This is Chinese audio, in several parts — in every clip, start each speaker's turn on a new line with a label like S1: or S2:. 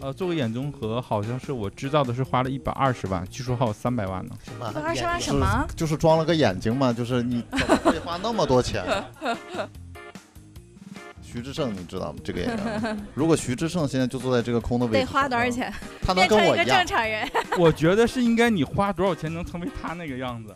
S1: 呃，做个眼综合好像是我知道的是花了一百二十万，据说还有三百万呢。
S2: 妈
S3: 二十万
S2: 眼
S3: 什么？
S2: 就是装了个眼睛嘛，就是你怎么会花那么多钱啊、徐志胜，你知道吗？这个演员，如果徐志胜现在就坐在这个空的位置，
S3: 得花多少？钱
S2: 他能
S3: 变
S2: 跟
S3: 成一
S2: 我
S3: 个
S2: 一
S3: 正
S2: 样？
S3: 常人？
S1: 我觉得是应该你花多少钱能成为他那个样子。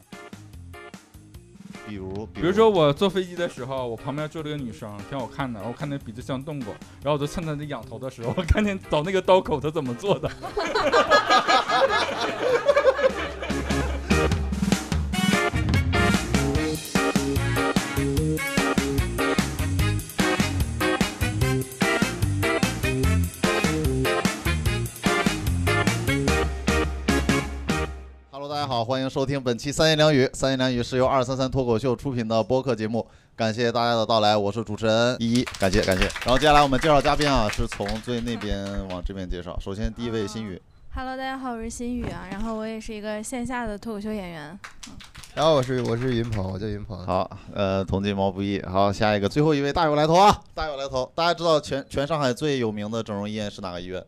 S2: 比如，比
S1: 比如说，我坐飞机的时候，我旁边坐了个女生，挺好看的，我看她鼻子像动过，然后我就趁她在仰头的时候，我看见找那个刀口她怎么做的。
S2: Hello，大家好，欢迎收听本期三言两语。三言两语是由二三三脱口秀出品的播客节目，感谢大家的到来，我是主持人依依，感谢感谢。然后接下来我们介绍嘉宾啊，是从最那边往这边介绍。首先第一位新宇，
S3: Hello，大家好，我是心雨啊，然后我也是一个线下的脱口秀演员。
S4: 然后我是我是云鹏，我叫云鹏。
S2: 好，呃，同进毛不易。好，下一个最后一位大有来头啊，大有来头。大家知道全全上海最有名的整容医院是哪个医院？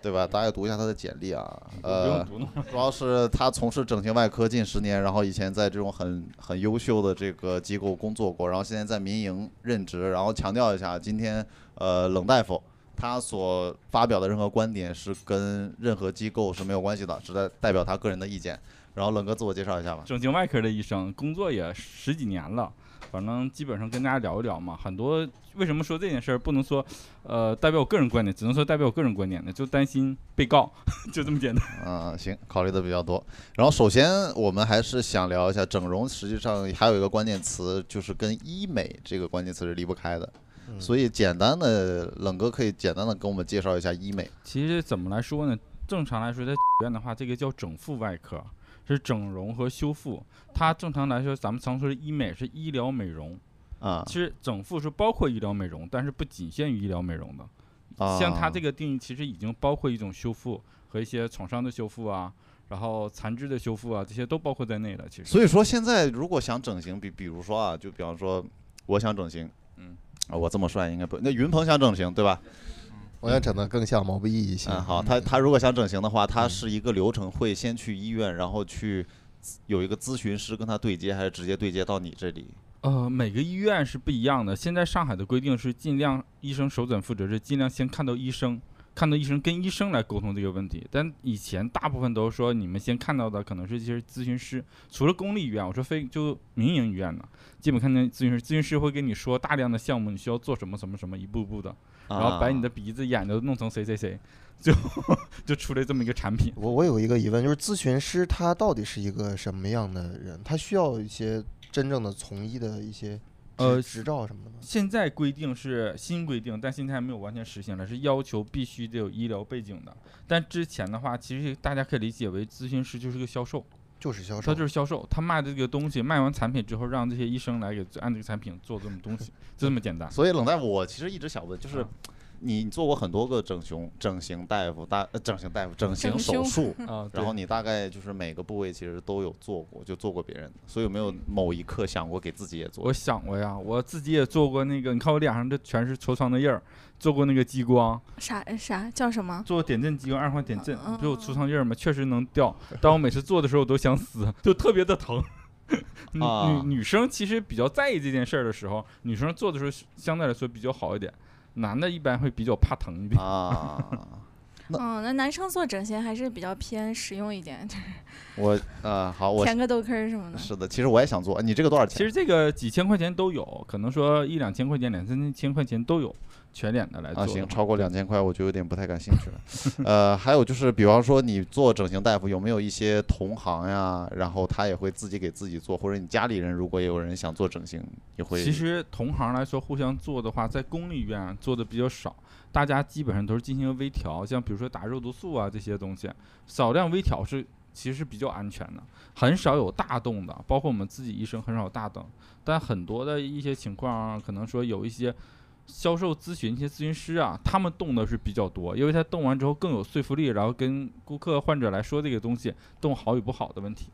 S2: 对吧？大家读一下他的简历啊，
S1: 不用
S2: 呃，
S1: 读那么
S2: 主要是他从事整形外科近十年，然后以前在这种很很优秀的这个机构工作过，然后现在在民营任职。然后强调一下，今天呃，冷大夫他所发表的任何观点是跟任何机构是没有关系的，只代代表他个人的意见。然后冷哥自我介绍一下吧。
S1: 整形外科的医生，工作也十几年了，反正基本上跟大家聊一聊嘛。很多为什么说这件事儿不能说，呃，代表我个人观点，只能说代表我个人观点呢，就担心被告， 就这么简单。
S2: 嗯，行，考虑的比较多。然后首先我们还是想聊一下整容，实际上还有一个关键词就是跟医美这个关键词是离不开的。
S4: 嗯
S2: 所以简单的冷哥可以简单的跟我们介绍一下医美。
S1: 其实怎么来说呢？正常来说，在院的话，这个叫整复外科，是整容和修复。它正常来说，咱们常说的医美是医疗美容，
S2: 啊
S1: 其实整复是包括医疗美容，但是不仅限于医疗美容的。
S2: 啊！
S1: 像它这个定义，其实已经包括一种修复和一些创伤的修复啊，然后残肢的修复啊，这些都包括在内了。其实，
S2: 所以说，现在如果想整形，比比如说啊，就比方说，我想整形，
S1: 嗯
S2: 啊，我这么帅应该不，那云鹏想整形对吧？
S4: 我想整得更像毛不易一些。
S2: 嗯，好，他他如果想整形的话，他是一个流程，会先去医院，然后去有一个咨询师跟他对接，还是直接对接到你这里？
S1: 呃，每个医院是不一样的。现在上海的规定是，尽量医生首诊负责是尽量先看到医生，看到医生跟医生来沟通这个问题。但以前大部分都说，你们先看到的可能是一些咨询师，除了公立医院，我说非就民营医院呢，基本看见咨询师，咨询师会跟你说大量的项目，你需要做什么什么什么，一步步的。然后把你
S2: 的。
S1: 的鼻子、眼睛弄成谁谁谁，就 就出来这么一个产品。
S4: 我我有一个疑问，就是咨询师他到底是一个什么样的人？他需要一些真正的从医的一些
S1: 呃
S4: 执执照什么的吗？
S1: 现在规定是新规定，但现在还没有完全实行了，是要求必须得有医疗背景的。但之前的话，其实大家可以理解为咨询师就是个销售，
S4: 就是销
S1: 他
S4: 售
S1: 就。是销售，他卖的这个东西，卖完产品之后，让这些医生来给按这个产品做这种东西，就这么简 单。
S2: 所以冷大夫，我其实一直想问，就是
S1: 啊
S2: 你你做过很多个整形整形大夫大呃整形大夫整形
S3: 整
S2: 手
S3: 胸
S2: 术，
S1: 啊，对
S2: 然后你大概就是每个部位其实都有做过，就做过别人的，所以有没有某一刻想过给自己也做？
S1: 我想过呀，我自己也做过那个，你看我脸上这全是痤疮的印儿，做过那个激光，
S3: 啥啥叫什么？
S1: 做点阵肌跟二环点阵
S3: 嗯，
S1: 不是有痤疮印儿吗？确实能掉，但我每次做的时候我都想 死，就特别的疼。女
S2: 啊
S1: 女女生其实比较在意这件事儿的时候，女生做的时候相对来说比较好一点，男的一般会比较怕疼一点。
S2: 啊，那
S3: 嗯，那男生做整形还是比较偏实用一点，就是
S2: 我呃好，我
S3: 填个痘坑儿什么的。
S2: 是的，其实我也想做。你这个多少
S1: 其
S2: 钱？
S1: 实这个几千块钱都有，可能说一两千块钱、两三千块钱都有，全脸的来做
S2: 啊，
S1: 的话。
S2: 行，超过两千块我就有点不太感兴趣了。呃，还有就是，比方说你做整形大夫，有没有一些同行呀？然后他也会自己给自己做，或者你家里人如果有人想做整形，也会
S1: 其实同行来说，互相做的话，在公立医院做的比较少，大家基本上都是进行微调，像比如说打肉毒素啊这些东西，少量微调是其实是比较安全的，很少有大动的，包括我们自己医生很少有大动，但很多的一些情况，啊可能说有一些。销售咨询一些咨询师啊，他们动的是比较多，因为他动完之后更有说服力，然后跟顾客患者来说这个东西动好与不好的问 题。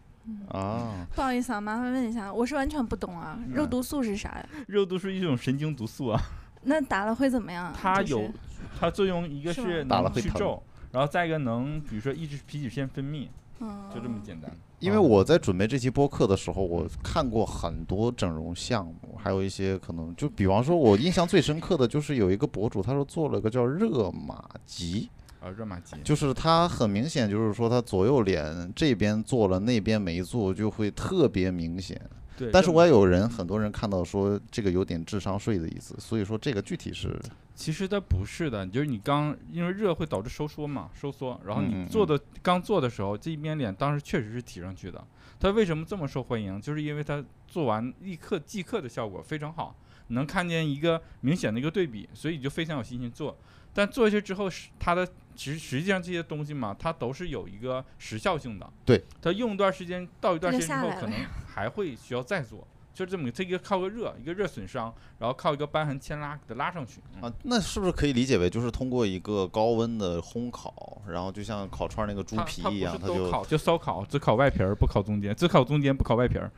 S2: 啊，
S3: 嗯不好意思啊，麻烦问一下，我是完全不懂啊，肉
S1: 嗯
S3: 毒素是啥呀？
S1: 肉毒是一种神经毒素啊，
S3: 那打了会怎么样啊？
S1: 它
S3: 就是
S1: 有它作用一个
S3: 是
S1: 是
S3: 吗
S2: 打了
S1: 能
S2: 会
S1: 去
S2: 疼
S1: 皱，然后再一个能比如说抑制皮脂腺分泌，
S3: 嗯，
S1: 就这么简单。
S2: 因为我在准备这期播客的时候，我看过很多整容项目，还有一些可能就比方说，我印象最深刻的就是有一个博主，他说做了个叫热玛吉，
S1: 啊，热玛吉，
S2: 就是他很明显就是说他左右脸这边做了，那边没做，就会特别明显。
S1: 对，
S2: 但是
S1: 热
S2: 我
S1: 玛
S2: 也有人很多人看到说这个有点智商税的意思，所以说这个具体是
S1: 其实它不是的，就是你刚因为热会导致收缩嘛，收缩，然后
S2: 嗯嗯
S1: 你
S2: 嗯
S1: 做的刚做的时候，这一边脸当时确实是提上去的。它为什么这么受欢迎？就是因为它做完立刻即刻的效果非常好，你能看见一个明显的一个对比，所以你就非常有信心做。但做一些之后，是它的实实际上这些东西嘛，它都是有一个时效性的。
S2: 对，
S1: 它用一段时间到一段
S3: 它
S1: 时
S3: 就
S1: 间之
S3: 下
S1: 后
S3: 来，了
S1: 可能还会需要再做。就这么一个，这个靠个热，一个热损伤，然后靠一个瘢痕牵拉给它拉上去。嗯
S2: 啊，那是不是可以理解为就是通过一个高温的烘烤，然后就像烤串那个猪
S1: 它
S2: 皮
S1: 它
S2: 一
S1: 不
S2: 样
S1: 是，
S2: 它
S1: 都
S2: 就
S1: 烤就烧烤，只烤外皮儿，不烤中间，只烤中间不烤外皮儿。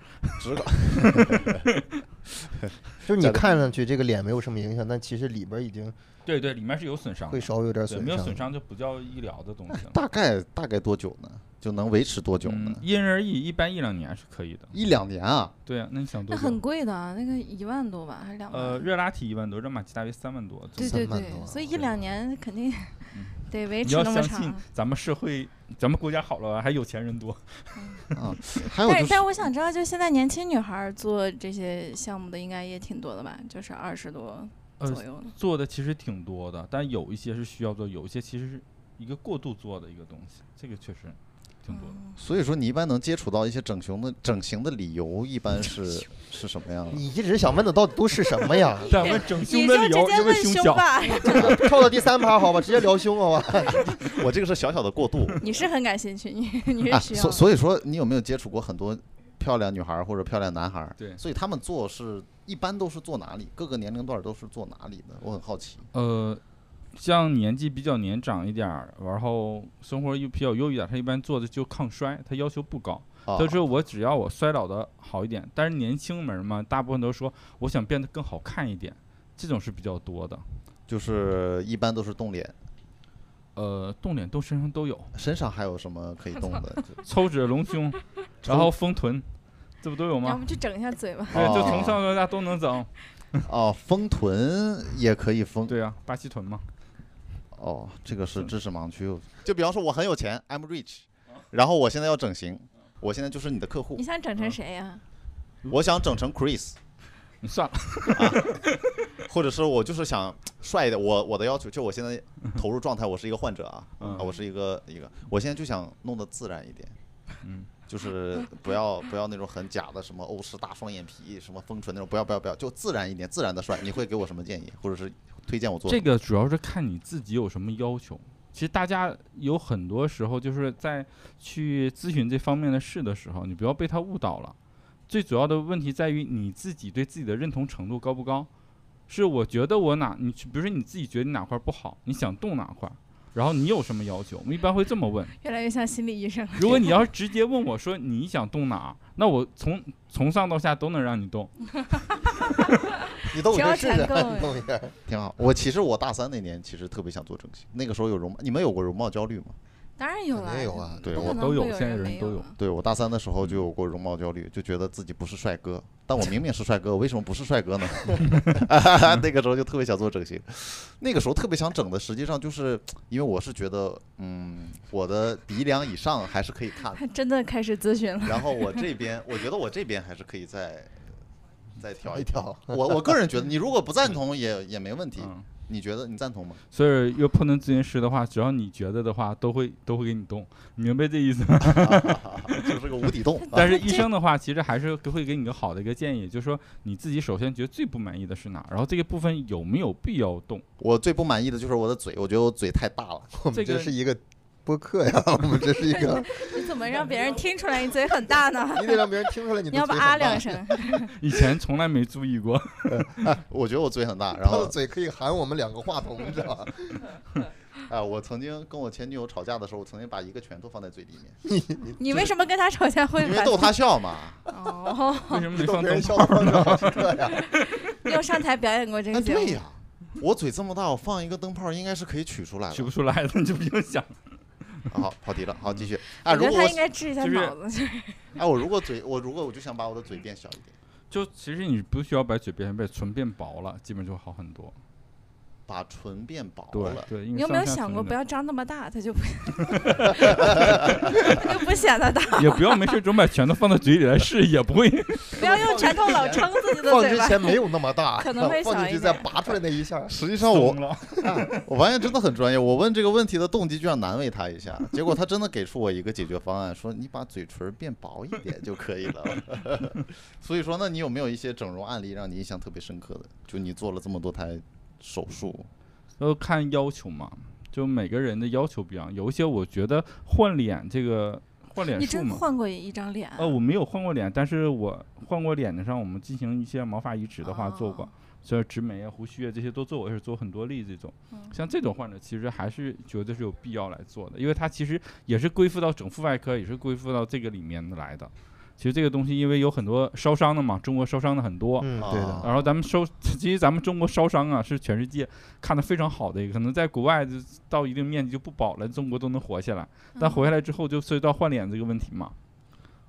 S2: 只烤。
S4: 就是
S2: 假
S4: 你
S2: 的
S4: 看上去这个脸没有什么影响，但其实里边已经
S1: 对对，里面是有损伤的，
S4: 会稍微有点
S1: 对，
S4: 损
S1: 没有
S4: 伤。
S1: 损伤就不叫医疗的东西了。
S2: 大概大概多久呢？就能维持多久呢
S1: 嗯？，因人而异，一般一两年是可以的。
S2: 一两年 啊，
S1: 对啊，那你想多
S3: 那
S1: 久？
S3: 很贵的，啊那个一万多吧，还是两万？
S1: 呃，热拉提一万多，热玛吉大约三万多。
S3: 对
S4: 三
S3: 对
S4: 万
S3: 对
S4: 多，
S3: 所以一
S1: 对
S3: 两年肯定
S2: 嗯
S3: 得维
S1: 你
S3: 持
S1: 要
S3: 那么
S1: 相
S3: 长
S1: 信。咱们社会，咱们国家好了，还有钱人 多。
S2: 啊，还有
S3: 但，
S2: 就是是
S3: 但我想知道，就现在年轻女孩儿做这些项目的应该也挺多的吧？就是二十多
S1: 呃
S3: 左右的。
S1: 做的其实挺多的，但有一些是需要做，有一些其实是一个过度做的一个东西，这个确实挺多的。
S3: 嗯
S2: 所以说你一般能接触到一些整形的整形的理由，一般 是是什么样的？
S4: 你一直想问的到底都是什么呀？
S1: 咱们整
S3: 你
S1: 胸
S3: 就
S1: 的
S3: 直
S1: 理由
S3: 接
S1: 因为
S3: 问
S1: 胸
S3: 胸
S1: 小。
S3: 吧，
S4: 跳到第三趴好吧，直接聊胸好吧？
S2: 我这个是小小的过渡
S3: 你是很感兴趣，你你
S2: 啊，
S3: 是需要
S2: 所
S3: 的。
S2: 所以说你有没有接触过很多漂亮女孩儿或者漂亮男孩儿？
S1: 对
S2: 所以他们做是一般都是做哪里？各个年龄段都是做哪里的？我很好奇。
S1: 呃，像年纪比较年长一点儿，然后生活又比较优越一点儿，他一般做的就抗衰，他要求不高。
S2: 啊，
S1: 他说我只要我衰老的好一点，但是年轻人嘛，大部分都说我想变得更好看一点，这种是比较多的。
S2: 就是一般都是动脸，
S1: 呃，动脸、动身上都有，
S2: 身上还有什么可以动的？ 就
S1: 抽脂、隆胸，然后丰臀，这不都有
S3: 要
S1: 吗？
S3: 不去整一下嘴吧？
S1: 对，就
S2: 哦
S1: 从上到下都能整。
S2: 哦，丰臀也可以丰。
S1: 对啊，巴西臀嘛。
S2: 哦，这个是
S1: 是
S2: 知识盲区。就比方说，我很有钱，I'm rich，然后我现在要整形，我现在就是你的客户
S3: 你，想整成
S1: 嗯
S3: 谁呀？
S2: 我想整成 Chris，啊
S1: 你嗯算了，
S2: 或者是我就是想帅一点。我我的要求就我现在投入状态，我是一个患者啊，
S1: 嗯
S2: 啊我是一个一个，我现在就想弄得自然一点，
S1: 嗯，
S2: 就是不 要不要那种很假的什么欧式大双眼皮、什么丰唇那种，不要不要不要，就自然一点，自然的帅。你会给我什么建议，或者是推荐我做？
S1: 这个主要是看你自己有什么要求。其实大家有很多时候就是在去咨询这方面的事的时候，你不要被他误导了。最主要的问题在于你自己对自己的认同程度高不高。是我觉得我哪，你去比如说你自己觉得你哪块儿不好，你想动哪块儿，然后你有什么要求？我们一般会这么问。
S3: 越来越像心理医生了。
S1: 如果你要是直接问我说你想动哪儿，那我从从上到下都能让你动。
S2: 你动
S3: 只
S2: 你
S3: 要
S2: 这试
S3: 钱
S2: 试
S3: 够，了，
S4: 弄一下，
S2: 挺好。我其实我大三那年其实特别想做整形，那个时候有容貌，你们有过容貌焦虑吗？
S3: 当然有
S4: 肯
S3: 了
S4: 定。有啊。
S2: 对
S3: 不
S2: 我
S3: 可能
S1: 都
S3: 会
S1: 有
S3: 有，
S1: 现在人
S3: 没
S1: 都有
S3: 啊
S2: 对我大三的时候就有过容貌焦虑，就觉得自己不是帅哥，但我明明是帅哥，我为什么不是帅哥呢？ 那个时候就特别想做整形，那个时候特别想整的，实际上就是因为我是觉得，嗯，我的鼻梁以上还是可以看的，
S3: 他真的开始咨询 了。
S2: 然后我这边，我觉得我这边还是可以再再调
S4: 一
S2: 一调。
S4: 条，
S2: 我我个人 觉得，你如果不赞同也也没问题，
S1: 嗯，
S2: 你觉得你赞同吗？
S1: 所以又碰到咨询师的话，只要你觉得的话，都会都会给你动。你明白这意思 吗？
S2: 就是个无底洞。
S1: 但是医生的话，其实还是会给你个好的一个建议，就是说你自己首先觉得最不满意的是哪儿，然后这个部分有没有必要动？
S2: 我最不满意的就是我的嘴，我觉得我嘴太大了。
S4: 我们
S1: 这
S4: 这
S1: 个
S4: 是一个播客呀，我们这是一个，
S3: 你怎么让别人听出来你嘴很大呢？
S4: 你得让别人听出来你的
S3: 你要不
S4: 嘴
S3: 啊
S4: 很大
S3: 两 声，
S1: 以前从来没注意 过。
S2: 我觉得我嘴很大，然
S4: 然后
S2: 后
S4: 嘴可以含我们两个话筒，你知道 吧？
S2: 啊，我曾经跟我前女友吵架的时候，我曾经把一个拳头放在嘴里面，
S3: 你为什么跟他吵架会
S2: 因为
S3: 把
S2: 逗她笑 嘛。
S3: 哦，
S1: 为什么没
S4: 逗
S1: 放灯
S4: 别人
S1: 泡？
S4: 笑话呢？这样
S3: 你有上台表演过这
S2: 啊，
S3: 个节目
S2: 对？呀，我嘴这么大，我放一个灯泡应该是可以取出来
S1: 取
S2: 的
S1: 不。出来的，你就不用想。
S2: 啊好，跑题了，好继续。啊，
S3: 嗯我
S2: 如
S3: 觉得
S2: 果
S3: 他
S2: 我
S3: 应该治一下
S1: 就是
S3: 脑子，就是
S2: 哎，我如果嘴，我如果我就想把我的嘴变小一点，
S1: 就其实你不需要把嘴变变唇变薄了，基本就好很多。
S2: 把唇变薄
S1: 对
S2: 了。
S1: 对，因为
S3: 你有没有
S1: 上下
S3: 想
S1: 唇
S3: 过
S1: 的
S3: 不要张那么大，他就 不，他就不显得大，
S1: 也不要没事总把拳头放到嘴里来试，也不会。
S3: 不要用拳头老撑自己的
S4: 放
S3: 嘴
S4: 之
S3: 巴。
S4: 前没有那么大，
S3: 可能会
S4: 放
S3: 小
S4: 进去
S3: 一
S4: 再
S3: 点
S4: 拔出来那一下儿，
S2: 实际上我
S1: 松了
S2: 我发现真的很专业。我问这个问题的动机就想难为他 一下，结果他真的给出我一个解决方案，说你把嘴唇变薄一点就可以了。 所以说，那你有没有一些整容案例让你印象特别深刻的？就你做了这么多台手术，
S1: 都看要求嘛，就每个人的要求不一样。有一些我觉得换脸这个换脸
S3: 你
S1: 术
S3: 真
S1: 嘛，
S3: 换过一张脸啊？
S1: 呃，我没有换过脸，但是我换过脸的上，我们进行一些毛发移植的话做过嗯
S3: 哦，
S1: 所以植眉啊、胡须啊这些都做过，而且做很多例这种。
S3: 嗯
S1: 像这种患者，其实还是觉得是有必要来做的，因为它其实也是归附到整复外科，也是归附到这个里面的来的。其实这个东西，因为有很多烧伤的嘛，中国烧伤的很多，
S4: 嗯，对
S2: 啊
S4: 的，
S1: 然后咱们收，其实咱们中国烧伤啊，是全世界看的非常好的一个，可能在国外就到一定面积就不保了，中国都能活下来。
S3: 嗯
S4: 嗯
S1: 但活下来之后，就涉及到换脸这个问题嘛，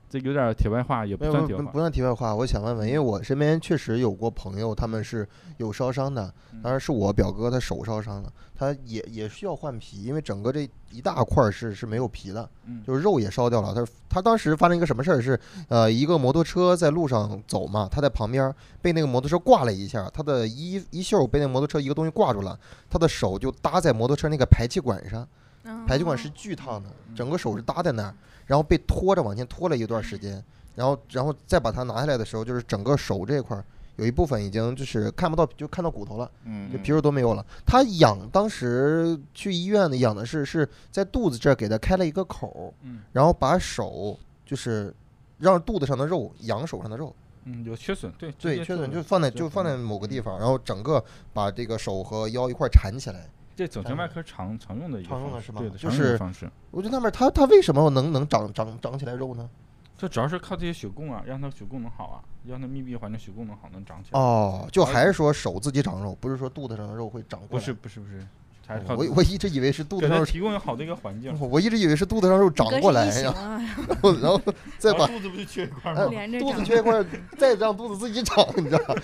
S1: 这有点题外话，也
S4: 没
S1: 不
S4: 有
S1: 算嗯
S4: 没
S1: 题
S4: 有
S1: 外
S4: 不
S1: 话。
S4: 不算题外话，我想问问，因为我身边确实有过朋友，他们是有烧伤的，
S1: 嗯
S4: 当然是我表哥他手烧伤了，他也也需要换皮，因为整个这一大块儿是是没有皮的，
S1: 嗯
S4: 就是肉也烧掉了。他他当时发生一个什么事儿是，呃，一个摩托车在路上走嘛，他在旁边被那个摩托车挂了一下，他的衣衣袖被那个摩托车一个东西挂住了，他的手就搭在摩托车那个排气管上，
S3: 嗯
S4: 排气管是巨烫的，整个手是搭在那儿，然后被拖着往前拖了一段时间，然后然后再把它拿下来的时候，就是整个手这块儿有一部分已经就是看不到，就看到骨头了，
S2: 嗯
S4: 就皮肉都没有了。他养当时去医院的养的是是在肚子这儿给他开了一个口儿，
S1: 嗯
S4: 然后把手就是让肚子上的肉养手上的肉，
S1: 嗯，有缺损，对
S4: 对，缺损就放在就放在某个地方，然后整个把这个手和腰一块儿缠起来。
S1: 这整形外科常常用的一个
S4: 常用
S1: 方
S4: 的
S1: 式
S4: 是吗
S1: 对的，
S4: 就
S1: 常用的
S4: 是
S1: 方式，
S4: 我就纳闷儿，他他为什么能能长长长起来肉呢？
S1: 这主要是靠这些血供啊，让它血供能好啊，让它密闭环境血供能好，能长起来。
S4: 哦，就还是说手自己长肉，不是说肚子上的肉会长过
S1: 不
S4: 来。
S1: 是不是不是，还是靠
S4: 我我一直以为是肚子
S1: 给
S4: 上
S1: 它
S4: 肉，
S1: 提供有好的一个环境，
S4: 我一直以为是肚子上肉长
S3: 你哥
S4: 过
S3: 是
S4: 来
S3: 异，形
S4: 然
S3: 啊，
S4: 后然后再
S1: 然后
S4: 把
S1: 肚子不就缺一块儿
S4: 哎
S1: 吗？
S3: 连着
S4: 肚子
S3: 长。
S4: 缺一块儿，再让肚子自己长，你知 道吧？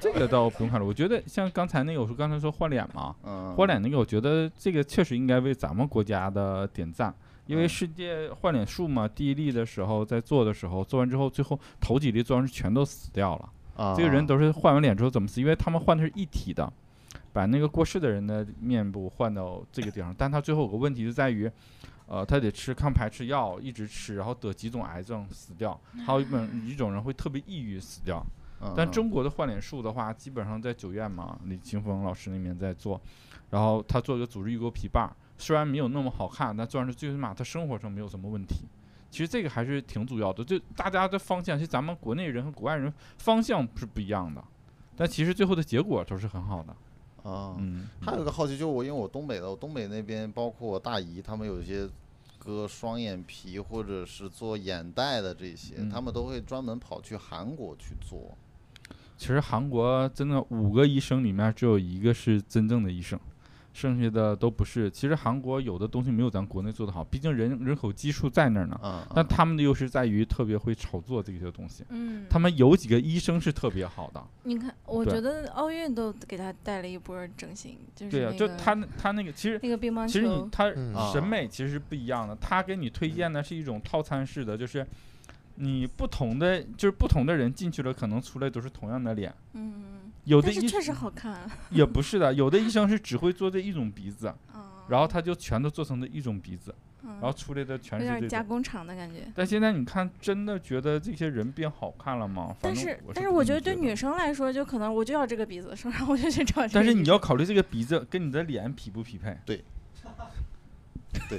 S1: 这个倒不用看了，我觉得像刚才那个，我说刚才说换脸嘛，
S2: 嗯，
S1: 换脸那个，我觉得这个确实应该为咱们国家的点赞，因为
S2: 嗯
S1: 世界换脸术嘛，第一例的时候在做的时候，做完之后，最后头几例做完是全都死掉了。
S2: 啊，
S1: 这个人都是换完脸之后怎么死？因为他们换的是一体的，把那个过世的人的面部换到这个地方，但他最后有个问题就在于。呃，他得吃抗排斥药，一直吃，然后得几种癌症死掉，还有一本一种人会特别抑郁死掉，
S2: 嗯，
S1: 但中国的换脸术的话，基本上在九院嘛，李清峰老师那边在做，然后他做一个组织预沟皮瓣儿，虽然没有那么好看，但做完之后最起码他生活上没有什么问题。其实这个还是挺主要的，就大家的方向，其实咱们国内人和国外人方向是不一样的，但其实最后的结果都是很好的。
S2: 嗯啊，
S1: 嗯，
S2: 还有一个好奇就是我因为我东北的，我东北那边包括我大姨他们有一些割双眼皮或者是做眼袋的这些，
S1: 嗯
S2: 他们都会专门跑去韩国去做。
S1: 其实韩国真的五个医生里面只有一个是真正的医生，剩下的都不是。其实韩国有的东西没有咱国内做得好，毕竟人人口基数在那儿呢。
S2: 嗯，嗯
S1: 但他们的优势在于特别会炒作这些东西。
S3: 啊嗯，
S1: 他们有几个医生是特别好的，
S3: 你看，我
S1: 对
S3: 觉得奥运都给他带了一波整形，就是
S1: 对呀、啊
S3: 那
S1: 就
S3: 个
S1: 他那他那个其实
S3: 那个乒乓球，
S1: 其实你他
S4: 嗯
S2: 啊
S1: 审美其实是不一样的，他给你推荐的是一种套餐式的，就是你不同的就是不同的人进去了，可能出来都是同样的脸，
S3: 嗯，
S1: 有的
S3: 但是
S1: 医
S3: 确实好看，
S1: 也不是的，有的医生是只会做这一种鼻子，然后他就全都做成这一种鼻子，
S3: 然
S1: 然后出来的全
S3: 嗯有
S1: 是
S3: 点
S1: 这
S3: 加
S1: 种。
S3: 工厂的感觉。
S1: 但现在你看，真的觉得这些人变好看了吗？反
S3: 但
S1: 正
S3: 是，
S1: 我
S3: 但是
S1: 不
S3: 我
S1: 这
S3: 觉
S1: 么
S3: 得对女生来说，就可能我就要这个鼻子，然 后我就去找 这个鼻子。
S1: 但是你要考虑这个鼻子跟你的脸匹不匹配。
S3: 这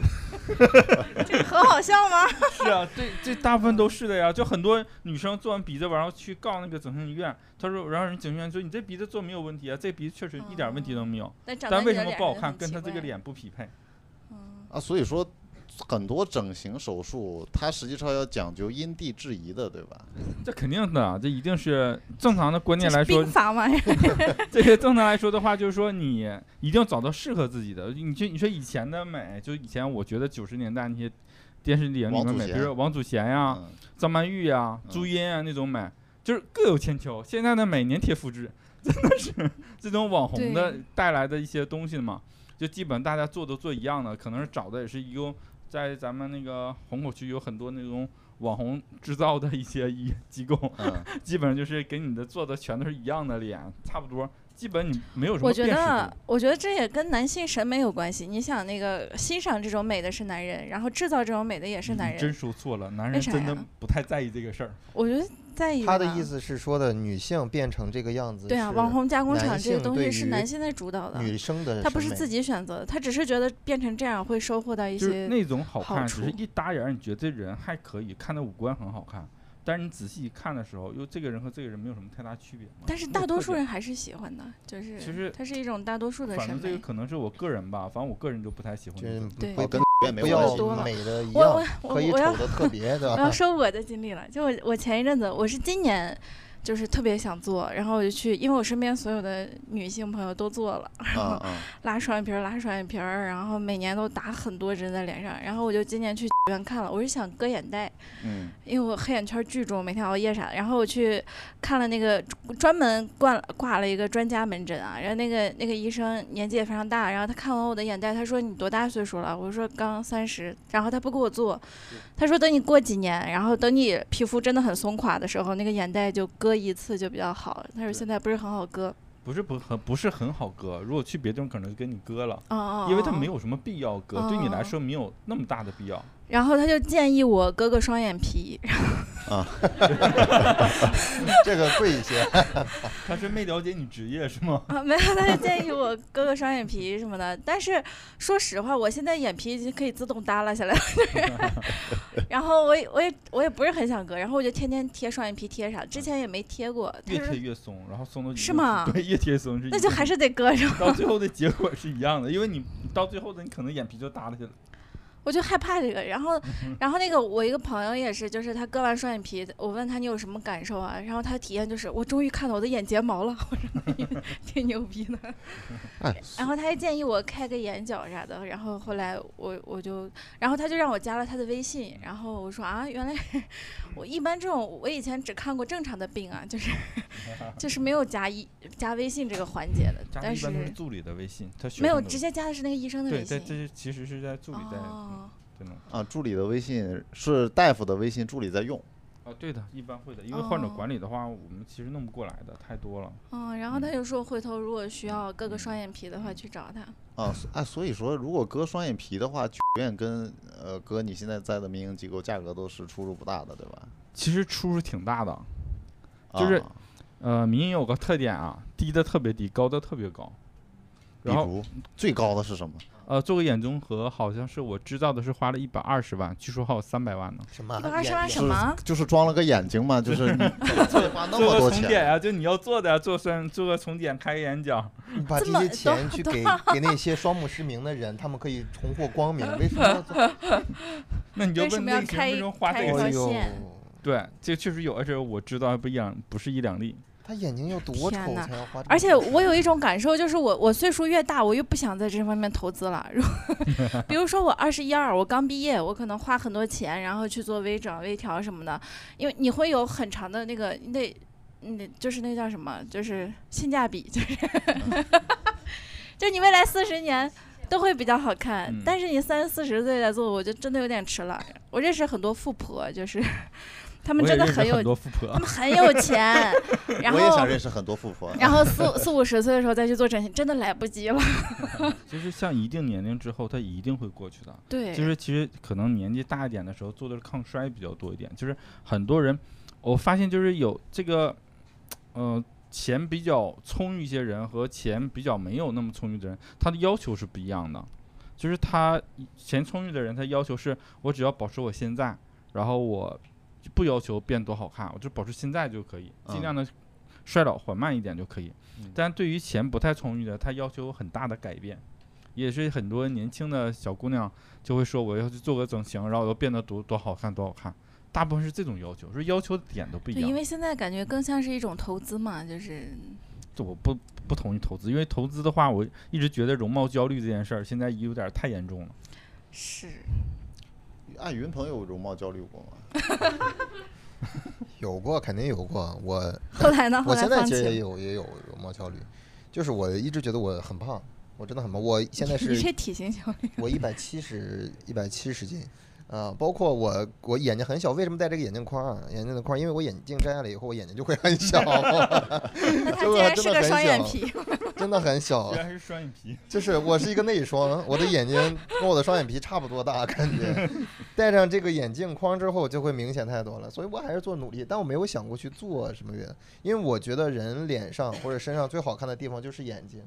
S3: 个很好笑吗？
S1: 是啊，对，这大部分都是的 呀。就很多女生做完鼻子，然后去告那个整形医院，她说，然后人整形医院说你这鼻子做没有问题啊，这鼻子确实一点问题都没有，
S3: 但长
S1: 但
S3: 在
S1: 为
S3: 你
S1: 什
S3: 的
S1: 么
S3: 脸
S1: 不好
S3: 上
S1: 看？
S3: 很
S1: 跟
S3: 奇
S1: 她这
S3: 怪
S1: 个，脸不匹配。
S3: 嗯
S2: 啊，所以说很多整形手术，它实际上要讲究因地制宜的，对吧？
S1: 这肯定的，啊这一定是正常的观
S3: 这
S1: 念
S3: 是
S1: 来说
S3: 兵，法玩 意儿，
S1: 这个正常来说的话，就是说你一定要找到适合自己的。你就你说以前的美，就以前我觉得九十年代那些电视里面
S2: 王
S1: 的
S2: 祖
S1: 美，比
S2: 贤
S1: 如说王祖贤呀、
S2: 嗯
S1: 张曼玉呀、朱茵啊那种美，就是各有千秋。现在的美粘贴复制， 真的是这种网红的
S3: 对
S1: 带来的一些东西嘛，就基本大家做都做一样的，可能是找的也是一个在咱们那个虹口区有很多那种网红制造的一些一机构，
S2: 嗯，
S1: 基本上就是给你的做的全都是一样的脸，差不多，基本你没有什么
S3: 我觉
S1: 辨识
S3: 得
S1: 度。，
S3: 我觉得这也跟男性审美有关系。你想，那个欣赏这种美的是男人，然后制造这种美的也是男
S1: 嗯你真
S3: 人。
S1: 说错了，男
S3: 为
S1: 人
S3: 啥
S1: 真的
S3: 呀
S1: 不太在意这个事儿。
S3: 我觉得在意
S4: 他的
S3: 吧
S4: 意，思是说的女性变成这个样子，
S3: 对啊，网红加工厂
S4: 男
S3: 这个
S4: 性
S3: 东
S4: 对
S3: 西是
S4: 于
S3: 男性在主导的，
S4: 女生的审美，
S3: 他不是自己选择的，他只是觉得变成这样会收获到一
S1: 就是
S3: 些。
S1: 那种好看，
S3: 好
S1: 只是
S3: 处
S1: 一搭眼儿，你觉得这人还可以，看的五官很好看，但是你仔细一看的时候，又这个人和这个人没有什么太大区别嘛。
S3: 但是
S1: 没有
S3: 大多
S1: 特
S3: 数
S1: 点
S3: 人还是喜欢的，就是
S1: 其实
S3: 它是一种大多数的
S1: 反
S3: 审
S1: 正这个
S3: 美。
S1: 可能是我个人吧，反正我个人就不太喜欢
S4: 就
S1: 这
S4: 是
S1: 种。
S3: 对
S4: 不
S2: 跟也没
S4: 不
S2: 有
S4: 要
S2: 关系
S3: 多了
S4: 美的一
S3: 我我
S4: 样，
S3: 我
S4: 可以
S3: 我要
S4: 丑的啊特别，对
S3: 我 要
S4: 吧？
S3: 说我的经历了，就我我前一阵子我是今年就是特别想做，然后我就去，因为我身边所有的女性朋友都做了，
S2: 嗯嗯，
S3: 拉双眼皮儿拉双眼皮儿，然后每年都打很多针在脸上，然后我就今年去医院看了，我是想割眼袋，
S2: 嗯
S3: 因为我黑眼圈巨重，每天熬夜啥的。然后我去看了那个专门挂挂了一个专家门诊啊，然后那个那个医生年纪也非常大，然后他看完我的眼袋，他说你多大岁数了？我说刚三十，然后他不给我做，
S1: 嗯
S3: 他说等你过几年，然后等你皮肤真的很松垮的时候，那个眼袋就割一次就比较好。他说
S1: 对
S3: 现在不是很好割，
S1: 不是不很不是很好割，如果去别地方可能就跟你割了，
S3: 哦哦，
S1: 因为它
S3: 哦
S1: 没。有什么必要割，对你来说没有那么大的必要。
S3: 然后他就建议我割个双眼皮，
S4: 这个贵一些，
S1: 他是没了解你职业是 吗？
S3: 啊，没有，他就建议我割个双眼皮什么的。但是说实话，我现在眼皮已经可以自动耷拉下来了。 就是然后我也我也我也不是很想割，然后我就天天贴双眼皮贴啥，之前也没贴过。他
S1: 越
S3: 说
S1: 贴越松，然后松到一
S3: 是
S1: 定
S3: 吗
S1: 对，越贴越松是一定的。
S3: 那就还是得割是吧？
S1: 到最后的结果是一样的，因为你你到最后的你可能眼皮就耷拉下来了。
S3: 我就害怕这个。然
S1: 嗯
S3: 后然后那个我一个朋友也是，就是他割完双眼皮，我问他你有什么感受啊？然后他体验就是我终于看到我的眼睫毛了， 我说挺牛逼 的。
S4: 哎，
S3: 然后他还建议我开个眼角啥的，然后后来我我就，然后他就让我加了他的微信，然后我说啊，原来
S1: 嗯
S3: 我一般这种我以前只看过正常的病啊，就是 就是没有加一加微信这个环节的，
S1: 加的
S3: 但
S1: 一般都是
S3: 是
S1: 助理的微信，他学
S3: 没有
S1: 生的
S3: 直接加的是那个医生的
S1: 对，
S3: 微
S1: 在
S3: 信
S1: 这。是其实是在助理在嗯
S3: 哦，
S1: 在弄
S2: 啊，助理的微信是大夫的微信，助理在用。
S1: 啊，对的，一般会的，因为患者管理的话，我们其实弄不过来的，太多了。
S3: 嗯，然后他就说回头如果需要割个双眼皮的话去找他。
S2: 啊，所哎，所以说，如果割双眼皮的话， 九院跟呃割你现在在的民营机构价格都是出入不大的，对吧？
S1: 其实出入挺大的，就是
S2: 啊、
S1: 呃，民营有个特点啊，低的特别低，高的特别高。
S2: 比
S1: 然后
S2: 如最高的是什么？
S1: 呃，做个眼综合，好像是我知道的是花了一百二十万，据说还有三百万呢。
S4: 什么
S3: 一百二十万
S4: 眼
S3: 什么？
S2: 就是装了个眼睛嘛，就 是你怎么会花那
S1: 做
S2: 么
S1: 个
S2: 多
S1: 重
S2: 钱？
S1: 点啊，就你要做的、啊，做双做个重点，开个眼角，
S4: 你把
S3: 这
S4: 这
S3: 么
S4: 些
S3: 多
S4: 钱去 给给那些双目失明的人，他们可以重获光明，为什么要做？
S1: 那你就
S3: 为什
S1: 问
S3: 么
S1: 那
S3: 要
S1: 个人
S3: 开
S1: 为什么花
S3: 开
S1: 这
S3: 一
S1: 个
S3: 条
S1: 钱？
S4: 哎呦，
S3: 线
S1: 对，这确实有，而且我知道还不一两，不是一两例。
S4: 他眼睛要多
S3: 天
S4: 丑
S3: 哪
S4: 才要花这么多钱？
S3: 而且我有一种感受，就是我我岁数越大，我越不想在这方面投资了。 如比如说我二十一二，我刚毕业，我可能花很多钱，然后去做微整、微调什么的，因为你会有很长的那个，你得，你得就是那叫什么，就是性价比，就是， 就你未来四十年。都会比较好看，
S1: 嗯
S3: 但是你三四十岁来做，我就真的有点迟了。我认识很多富婆，就是 他们
S1: 我也
S3: 真的
S1: 认识
S3: 很有
S1: 很，多富婆
S3: 他，们很有钱， 然后
S2: 我也想认识很多富婆。
S3: 然后四五四五十岁的时候再去做整形，真的来不及了。
S1: 就是像一定年龄之后，它一定会过去的。
S3: 对
S1: 就是其实可能年纪大一点的时候做的是抗衰比较多一点，就是很多人，我发现就是有这个，呃，钱比较充裕一些人和钱比较没有那么充裕的人，他的要求是不一样的。就是他钱充裕的人，他要求是我只要保持我现在，然后我就不要求变多好看，我就保持现在就可以，尽
S2: 嗯
S1: 量的衰老缓慢一点就可以
S2: 嗯。
S1: 但对于钱不太充裕的，他要求有很大的改变。也是很多年轻的小姑娘就会说我要去做个整形，然后我要变得多多好看多好看，大部分是这种要求，说要求的点都不一
S3: 对，因
S1: 样。
S3: 为现在感觉更像是一种投资嘛，就是
S1: 这我不不同意投资，因为投资的话，我一直觉得容貌焦虑这件事儿现在有点太严重了。
S3: 是
S2: 艾啊云朋友容貌焦虑过吗？
S4: 有过肯定有过，我
S3: 后来啊呢？后
S4: 我
S3: 来
S4: 现在
S3: 放
S4: 其实
S3: 弃
S4: 也
S3: 了。
S4: 有也有容貌焦虑，就是我一直觉得我很胖，我真的很胖， 我现在
S3: 你
S4: 是
S3: 这体型小，
S4: 我一百七十一百七十斤。啊、包括我，我眼睛很小，为什么戴这个眼镜框啊？眼镜的框，因为我眼镜摘下来以后，我眼睛就会很 小，
S3: 那他
S4: 这
S3: 竟
S4: 个
S3: 然
S4: 真
S3: 是
S4: 的
S3: 个
S4: 很
S3: 双眼
S4: 小
S3: 皮，
S4: 真的很小
S2: 哦
S1: 居。然是双眼皮，
S4: 就是我是一个内双，我的眼睛跟我的双眼皮差不多大，感觉戴上这个眼镜框之后就会明显太多了，所以我还是做努力，但我没有想过去做什么原因，因为我觉得人脸上或者身上最好看的地方就是眼睛，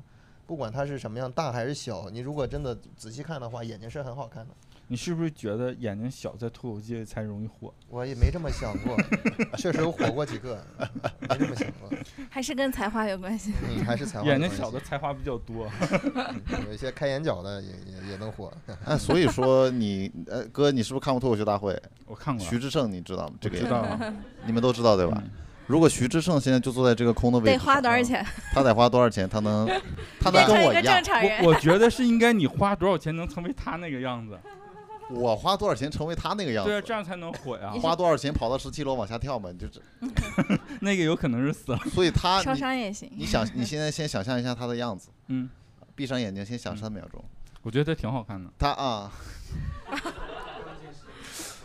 S4: 不管它是什么样大还是小，你如果真的仔细看的话，眼睛是很好看的。
S1: 你是不是觉得眼睛小在脱口界才容易火？
S4: 我也没这么想过，确实我火过几个，没这么想 过，
S3: 还是跟才华有关系？
S4: 嗯，还是才华有
S1: 眼睛
S4: 关
S1: 小
S4: 系
S1: 的才华比较多。
S4: 嗯有一些开眼角的也也也能火，
S2: 哎，所以说你呃哥，你是不是看过脱口秀大会？
S1: 我看过，啊
S2: 徐志胜你知道吗？这
S1: 嗯我
S2: 个
S1: 知
S2: 演
S1: 道
S2: 员
S1: 了，
S2: 你们都知道对吧？
S1: 嗯
S2: 如果徐志胜现在就坐在这个空的位
S3: 得
S2: 置上，
S3: 花多少钱
S2: 他得花多少钱？他能，他能
S3: 变
S2: 跟
S3: 成一
S2: 我
S3: 个
S2: 一样
S3: 正，常人？
S1: 我我觉得是应该你花多少钱能成为他那个样子，
S2: 我花多少钱成为他那个样
S1: 对啊，
S2: 子
S1: 这？样才能火呀。
S2: 花多少钱跑到十七楼往下跳嘛？你就这，
S1: 那个有可能是死了，
S2: 所 以他
S3: 烧
S2: 你
S3: 伤也行。
S2: 你想你现在先想象一下他的样子，
S1: 嗯，
S2: 闭上眼睛先想三秒钟，
S1: 我觉得挺好看的。
S2: 他 啊，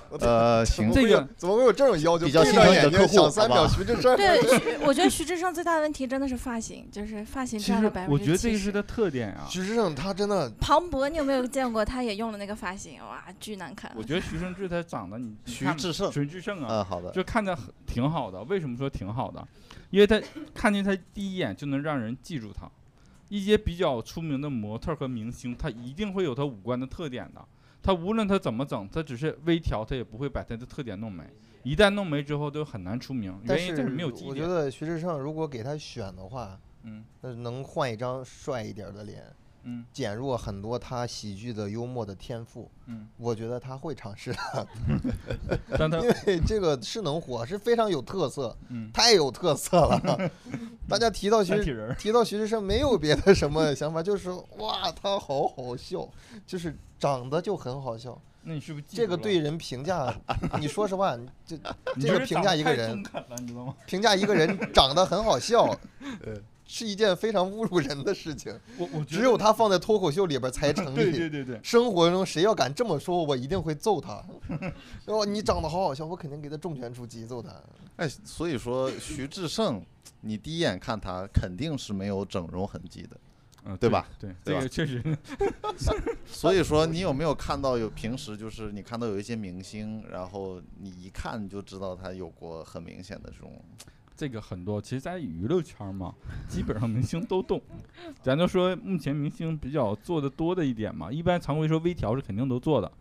S2: 呃行，
S1: 这个
S4: 怎么会有这种要求？
S2: 比较
S4: 闭
S2: 心疼
S4: 上
S2: 你的
S4: 眼睛
S2: 客户
S4: 想三
S2: 好吧
S4: 秒徐志胜。
S3: 对， 徐我觉得徐志胜最大的问题真的是发型，就是发型
S1: 其
S3: 占了
S1: 实
S3: 百分之
S1: 我
S3: 七
S1: 觉得这个是他特点啊。
S4: 徐志胜他真的
S3: 庞博，你有没有见过？他也用了那个发型，哇，巨难看。
S1: 我觉得徐胜志他长得你你
S2: 徐
S1: 看
S2: 志胜
S1: 徐志胜啊，
S2: 嗯好的，
S1: 就看着很挺好的。为什么说挺好的？因为他看见他第一眼就能让人记住他。一些比较出名的模特和明星，他一定会有他五官的特点的。他无论他怎么整，他只是微调，他也不会把他的特点弄没。一旦弄没之后，就很难出名。
S4: 但
S1: 原
S4: 是
S1: 因就是没有基
S4: 我觉
S1: 点。
S4: 得徐志胜如果给他选的话，
S1: 嗯
S4: 那能换一张帅一点儿的脸，
S1: 嗯
S4: 减弱很多他喜剧的幽默的天赋。
S1: 嗯，
S4: 我觉得他会尝 试的，
S1: 但他
S4: 因为这个是能火，是非常有特色，
S1: 嗯
S4: 太有特色 了。大家提到
S1: 三体
S4: 徐
S1: 人儿，
S4: 提到徐志胜，没有别的什么想法，就是说哇，他好好笑，就是长得就很好笑。
S1: 那你是不是记
S4: 这
S1: 住
S4: 个
S1: 了
S4: 对人评价，你说实话，你这
S1: 你
S4: 这
S1: 就
S4: 个
S1: 是
S4: 评
S1: 长
S4: 价
S1: 得
S4: 一个
S1: 太中
S4: 人
S1: 肯了，你知道吗？
S4: 评价一个人长得很 好笑，是一件非常侮辱人的事情。
S1: 我我觉
S4: 只
S1: 得
S4: 有他放在脱口秀里边才成
S1: 对对
S4: 立。
S1: 对对，
S4: 生活中谁要敢这么说，我一定会揍他。然后你长得好好笑，我肯定给他重拳出击揍
S1: 啊
S4: 他。
S2: 哎，所以说徐志胜，你第一眼看他肯定是没有整容痕迹的。
S1: 嗯，
S2: 对吧？
S1: 对，这
S2: 对吧
S1: 个确实，
S2: 所以说，你有没有看到有平时就是你看到有一些明星，然后你一看你就知道他有过很明显的这种，
S1: 这个很多，其实，在娱乐圈嘛，基本上明星都懂。咱就说目前明星比较做的多的一点嘛，一般常规说微调是肯定都做的，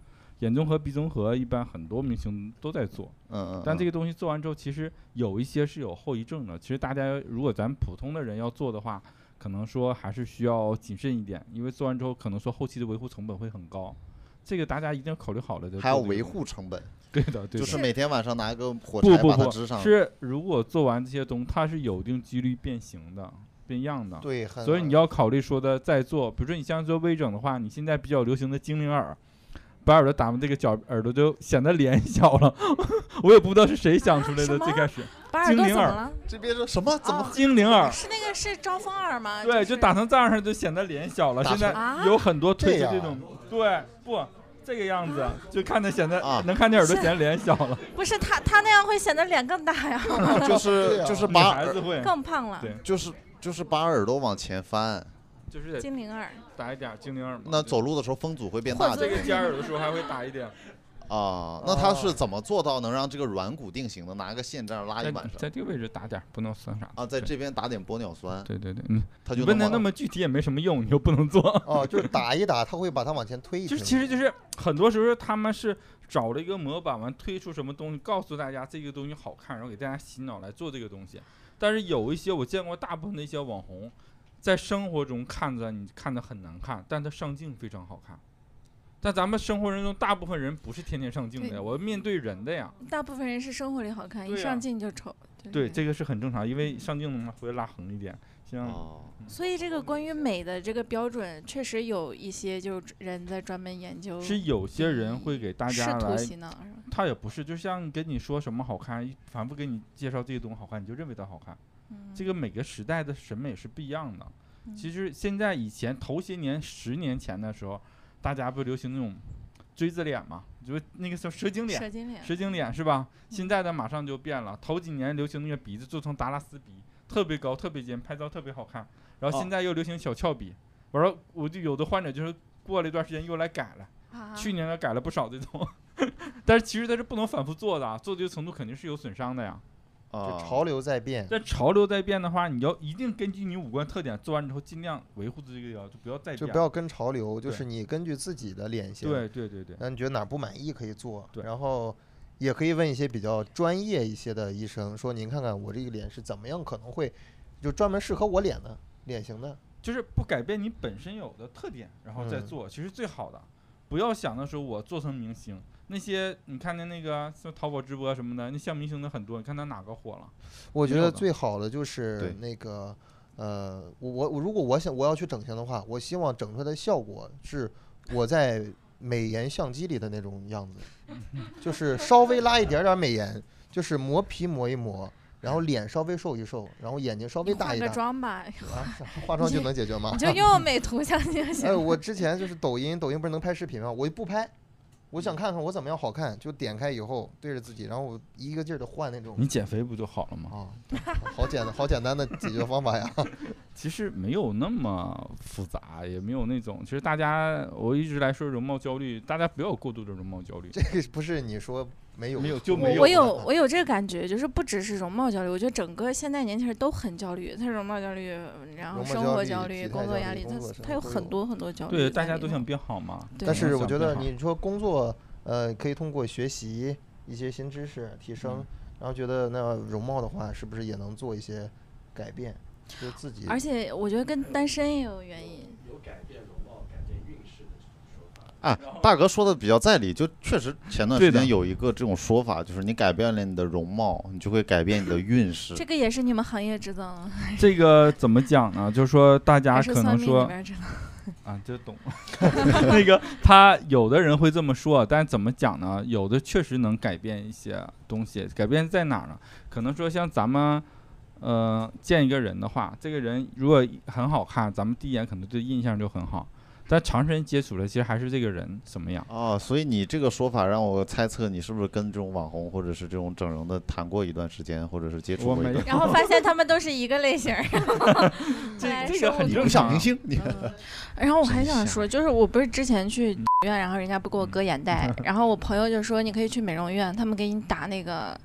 S1: 眼综合、鼻综合一般很多明星都在做。
S2: 嗯嗯。
S1: 但这
S2: 个
S1: 个东西做完之后，其实有一些是有后遗症的。其实大家如果咱普通的人要做的话，可能说还是需要谨慎一点，因为做完之后可能说后期的维护成本会很高，这个大家一定要考虑好了再做这个东西。
S2: 嗯还要维护成本，
S1: 对的，对的。
S2: 就是每天晚上拿个火
S1: 不
S2: 柴
S1: 不
S2: 把它
S1: 不
S2: 支上。
S1: 是，如果做完这些东西，它是有一定几率变形的、变样的。
S4: 对，
S2: 啊
S4: 很
S1: 所以你要考虑说的再做，比如说你像做微整的话，你现在比较流行的精灵耳，把耳朵打磨这个角，耳朵就显得脸小了。 我也不知道是谁想出来的，
S3: 什么
S1: 最开始
S3: 把耳朵
S1: 精灵
S3: 怎么
S1: 耳
S3: 了？
S2: 这 边说什么？
S1: 啊
S2: 怎么
S3: 哦
S1: 精灵耳，
S3: 是那个是招风耳吗？
S1: 对，
S3: 就
S1: 就是打成这样就显得脸小了。
S4: 打
S1: 现在
S3: 成啊
S1: 有很多推
S4: 这
S1: 出
S4: 样
S1: 这种，对，不这个样子，就看着显得
S2: 啊
S1: 能看见耳朵
S3: 是
S1: 显得脸小了，
S3: 不是他他那样会显得脸更大 呀，
S4: 啊
S2: 呃就是就是
S1: 啊女
S2: 把
S1: 孩子
S2: 耳
S1: 会，
S3: 更胖了。
S1: 对
S2: 就是就是把耳朵往前
S1: 啊
S2: 翻，
S1: 就是得
S3: 精灵耳，
S1: 打一点精灵耳嘛。
S2: 那
S1: 就
S2: 走路的时候风阻会变
S3: 或
S2: 大
S3: 者
S1: 啊这
S2: 的
S1: 个尖耳的时候还会打一点。
S2: 啊。那他是怎么做到能让这个软骨定型的？拿个线这样拉
S1: 哦
S2: 一
S1: 在
S2: 晚上
S1: 在这个位置打点儿，不能算啥
S2: 啊，在。这边打点玻尿酸，
S1: 对对对，嗯，
S2: 他
S1: 你
S2: 就
S1: 问他
S2: 能
S1: 那
S2: 往
S1: 么具体也没什么用，你又不能做。
S4: 哦，就是打一打，他会把他往前推一
S1: 就
S4: 推。
S1: 是其实就是很多时候他们是找了一个模板，完推出什么东西，告诉大家这个东西好看，然后给大家洗脑来做这个东西。但是有一些我见过，大部分的一些网红在生活中看着你看的很难看，但它上镜非常好看。但咱们生活人中大部分人不是天天上镜的呀，
S3: 对
S1: 我面对人的呀。
S3: 大部分人是生活里好看，一
S1: 对啊
S3: 上镜就丑。
S1: 对，这个是很正常，因为上镜的嘛，回来拉横一点，像
S2: 哦，
S3: 所以这个关于美的这个标准，确实有一些就是人在专门研究，
S1: 是有些人会给大
S3: 试
S1: 家
S3: 图
S1: 来，
S3: 洗脑是吧？
S1: 他也不是，就像跟你说什么好看，一反复给你介绍这个东西好看，你就认为它好看。
S3: 嗯
S1: 这个每个时代的审美是不一样的。
S3: 嗯
S1: 其实现在以前头些年十年前的时候，大家不流行那种锥子脸嘛，就是那个叫蛇精脸，
S3: 蛇精脸，嗯
S1: 蛇精脸是吧？现在的马上就变了，头几年流行那个鼻子做成达拉斯鼻，特别高，特别尖，拍照特别好看。然后
S2: 哦
S1: 现在又流行小翘鼻，我说我就有的患者就是过了一段时间又来改了，
S3: 啊
S1: 去年的改了不少这种。 但是其实它是不能反复做的啊，做这个程度肯定是有损伤的呀。
S4: 嗯
S2: 啊
S1: 嗯
S4: 就，潮流在变，
S1: 但潮流在变的话，你要一定根据你五官特点做完之后，尽量维护自己的，就不要再
S4: 就
S1: 变。
S4: 不要跟潮流，就
S1: 对
S4: 是你根据自己的脸型，
S1: 对对对对，
S4: 那你觉得哪儿不满意可以做，
S1: 对
S4: 然后也可以问一些比较专业一些的医生，说您看看我这个脸是怎么样可能会就专门适合我脸的脸型的，
S1: 就是不改变你本身有的特点，然后再
S4: 嗯
S1: 做，其实最好的。不要想的时候我做成明星，那些你看见那个像淘宝直播什么的，那像明星的很多，你看他哪个火了？
S4: 我觉
S1: 没有
S4: 得
S1: 的
S4: 最好的就
S2: 对
S4: 是那个，呃，我我我如果我想我要去整形的话，我希望整出来的效果是我在美颜相机里的那种样子， 就是稍微拉一点点美颜，就是磨皮磨一磨，然后脸稍微瘦一瘦，然后眼睛稍
S3: 你
S4: 微大
S3: 化
S4: 一
S3: 个
S4: 大，
S3: 妆吧，
S4: 啊， 化妆就能解决吗
S3: 你？就用美图相机就 行
S4: 哎，。我之前就是抖音，抖音不是能拍视频吗？我就不拍。我想看看我怎么样好看，就点开以后对着自己，然后我一个劲儿的换那种
S1: 你减肥不就好了吗？
S4: 啊，好简单，好简单的解决方法呀。
S1: 其实没有那么复杂，也没有那种。其实大家我一直来说容貌焦虑，大家不要有过度的容貌焦虑。
S4: 这个不是你说没有
S1: 没有就
S4: 我
S1: 没
S3: 我我
S1: 有
S3: 有我有这个感觉，就是不只是容貌焦虑，我觉得整个现在年轻人都很焦虑，他容貌焦虑，然后
S4: 容貌
S3: 生
S4: 焦
S3: 活
S4: 虑
S3: 焦
S4: 体
S3: 虑、
S4: 态
S3: 工
S4: 焦
S3: 作
S4: 虑
S3: 压力，
S4: 工
S3: 他
S4: 作
S3: 他
S4: 上
S3: 有
S4: 都
S3: 很
S4: 有
S3: 多很多焦虑在里
S1: 对，
S3: 面。
S1: 大家都想变好嘛。
S3: 对
S4: 但是
S1: 想
S4: 我觉
S1: 变
S4: 得
S1: 好
S4: 你说工作，呃，可以通过学习一些新知识提升，
S1: 嗯
S4: 然后觉得那容貌的话，是不是也能做一些改变？就自己
S3: 而且我觉得跟单身也有原因。
S2: 啊，大哥说的比较在理，就确实前段时
S1: 对
S2: 间
S1: 的
S2: 有一个这种说法，就是你改变了你的容貌，你就会改变你的运势
S3: 这。个也是你们行业之增啊，
S1: 这个怎么讲呢？就是说大家
S3: 还是
S1: 可
S3: 算
S1: 能
S3: 命里
S1: 说
S3: 边知道。
S1: 啊，这懂了。 那个他有的人会这么说，啊但怎么讲呢？有的确实能改变一些东西，改变在哪儿呢？可能说像咱们。呃，见一个人的话，这个人如果很好看，咱们第一眼可能对印象就很好，但长时间接触了，其实还是这个人什么样。
S2: 哦，所以你这个说法让我猜测，你是不是跟这种网红或者是这种整容的谈过一段时间，或者是接触
S1: 我
S2: 过一
S1: 没
S2: 段？
S3: 然后发现他们都是一个类型儿， 后来
S1: 这
S3: 生
S1: 个
S3: 物
S1: 很
S3: 钟
S1: 正常啊。
S2: 星，你
S3: 然后我还
S2: 真
S3: 想
S2: 像
S3: 说，就是我不是之前去 院，然后人家不给我割眼袋，然后我朋友就说你可以去美容院，他们给你打那个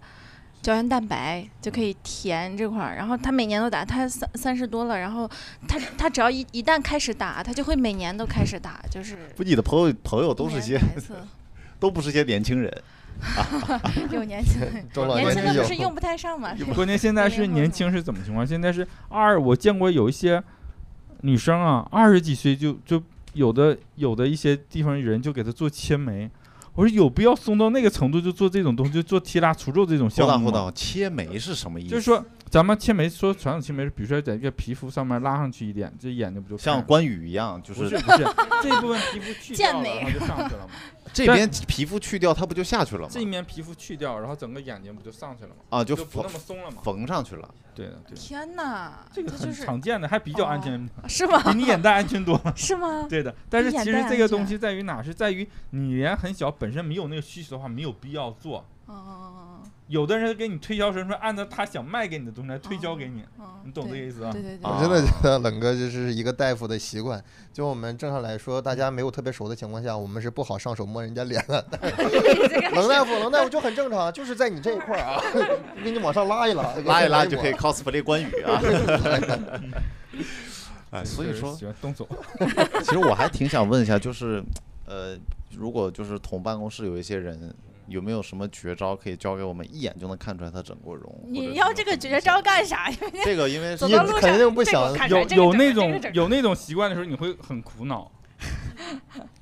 S3: 胶原蛋白，就可以填这块儿。然后他每年都打，他三三十多了，然后他他只要一一旦开始打，他就会每年都开始打，就是
S2: 不，你的朋友朋友
S3: 一
S2: 都是
S3: 年
S2: 些
S3: 打一次
S2: 都不是些年轻人，
S3: 有年轻人，
S4: 中老
S3: 年
S4: 年
S3: 轻的不
S4: 之
S3: 是
S4: 友
S3: 用不太 上嘛？
S1: 关键现在是啊年轻是怎么情况？现在是二，我见过有一些女生啊，二十几岁就就有的有的一些地方人就给她做切眉。我说有必要松到那个程度就做这种东西，就做提拉除皱这种
S2: 互道
S1: 项目
S2: 互
S1: 吗？
S2: 道，切眉是什么意思？
S1: 就是说，咱们切眉说传统切眉，比如说在一个皮肤上面拉上去一点，这眼睛不就看
S2: 像
S1: 了
S2: 关羽一样，就
S1: 不是
S2: 是
S1: 不是这部分皮肤去
S3: 健
S1: 掉了，
S3: 美
S1: 然后就上去 了嘛。
S2: 这
S1: 但
S2: 边皮肤去掉，它不就下去了
S1: 这一
S2: 吗？
S1: 面皮肤去掉，然后整个眼睛不就上去了嘛？
S2: 啊，就
S1: 就不
S2: 缝
S1: 那么松了嘛？
S2: 缝上去了。
S1: 对的，对的。
S3: 天哪，
S1: 这个
S3: 这就
S1: 很
S3: 是哦
S1: 常见的，还比较安全，
S3: 是吗？。
S1: 比你眼袋安全多了
S3: 是吗？
S1: 对的，但是
S3: 比眼
S1: 其
S3: 袋
S1: 实
S3: 安
S1: 这个
S3: 全
S1: 东西在于哪？是在于你脸很小，本身没有那个需求的话，没有必要做。
S3: 哦
S1: 有的人给你推销什么，按照他想卖给你的东西来推销给你，
S3: 哦哦，
S1: 你懂这个
S3: 对
S1: 意思啊？
S3: 对对对
S2: 啊
S4: 我真的觉得冷哥就是一个大夫的习惯。就我们正常来说，大家没有特别熟的情况下，我们是不好上手摸人家脸的。 冷大夫，冷大夫就很正常，就是在你这一块儿啊， 给你往上拉一拉，
S2: 拉一拉就可
S4: 以。
S2: 以 cosplay 关羽啊。 哎，所以
S1: 就是
S2: 说，
S1: 喜欢动手，
S2: 其实我还挺想问一下，就是，呃，如果就是同办公室有一些人，有没有什么绝招可以教给我们，一眼就能看出来他整过容？或者
S3: 你
S2: 是
S3: 要
S2: 有
S3: 这个
S2: 什么
S3: 绝
S2: 技
S3: 招
S2: 巧？
S3: 干啥呀？
S2: 这个因为
S3: 走
S2: 是
S4: 你
S3: 到路上
S4: 肯定不
S3: 这个我
S4: 想
S3: 看出来
S1: 有
S3: 哎这个
S1: 有
S3: 整
S1: 那
S3: 这个
S1: 种
S3: 整
S1: 有那种习惯的时候，你会很苦 恼，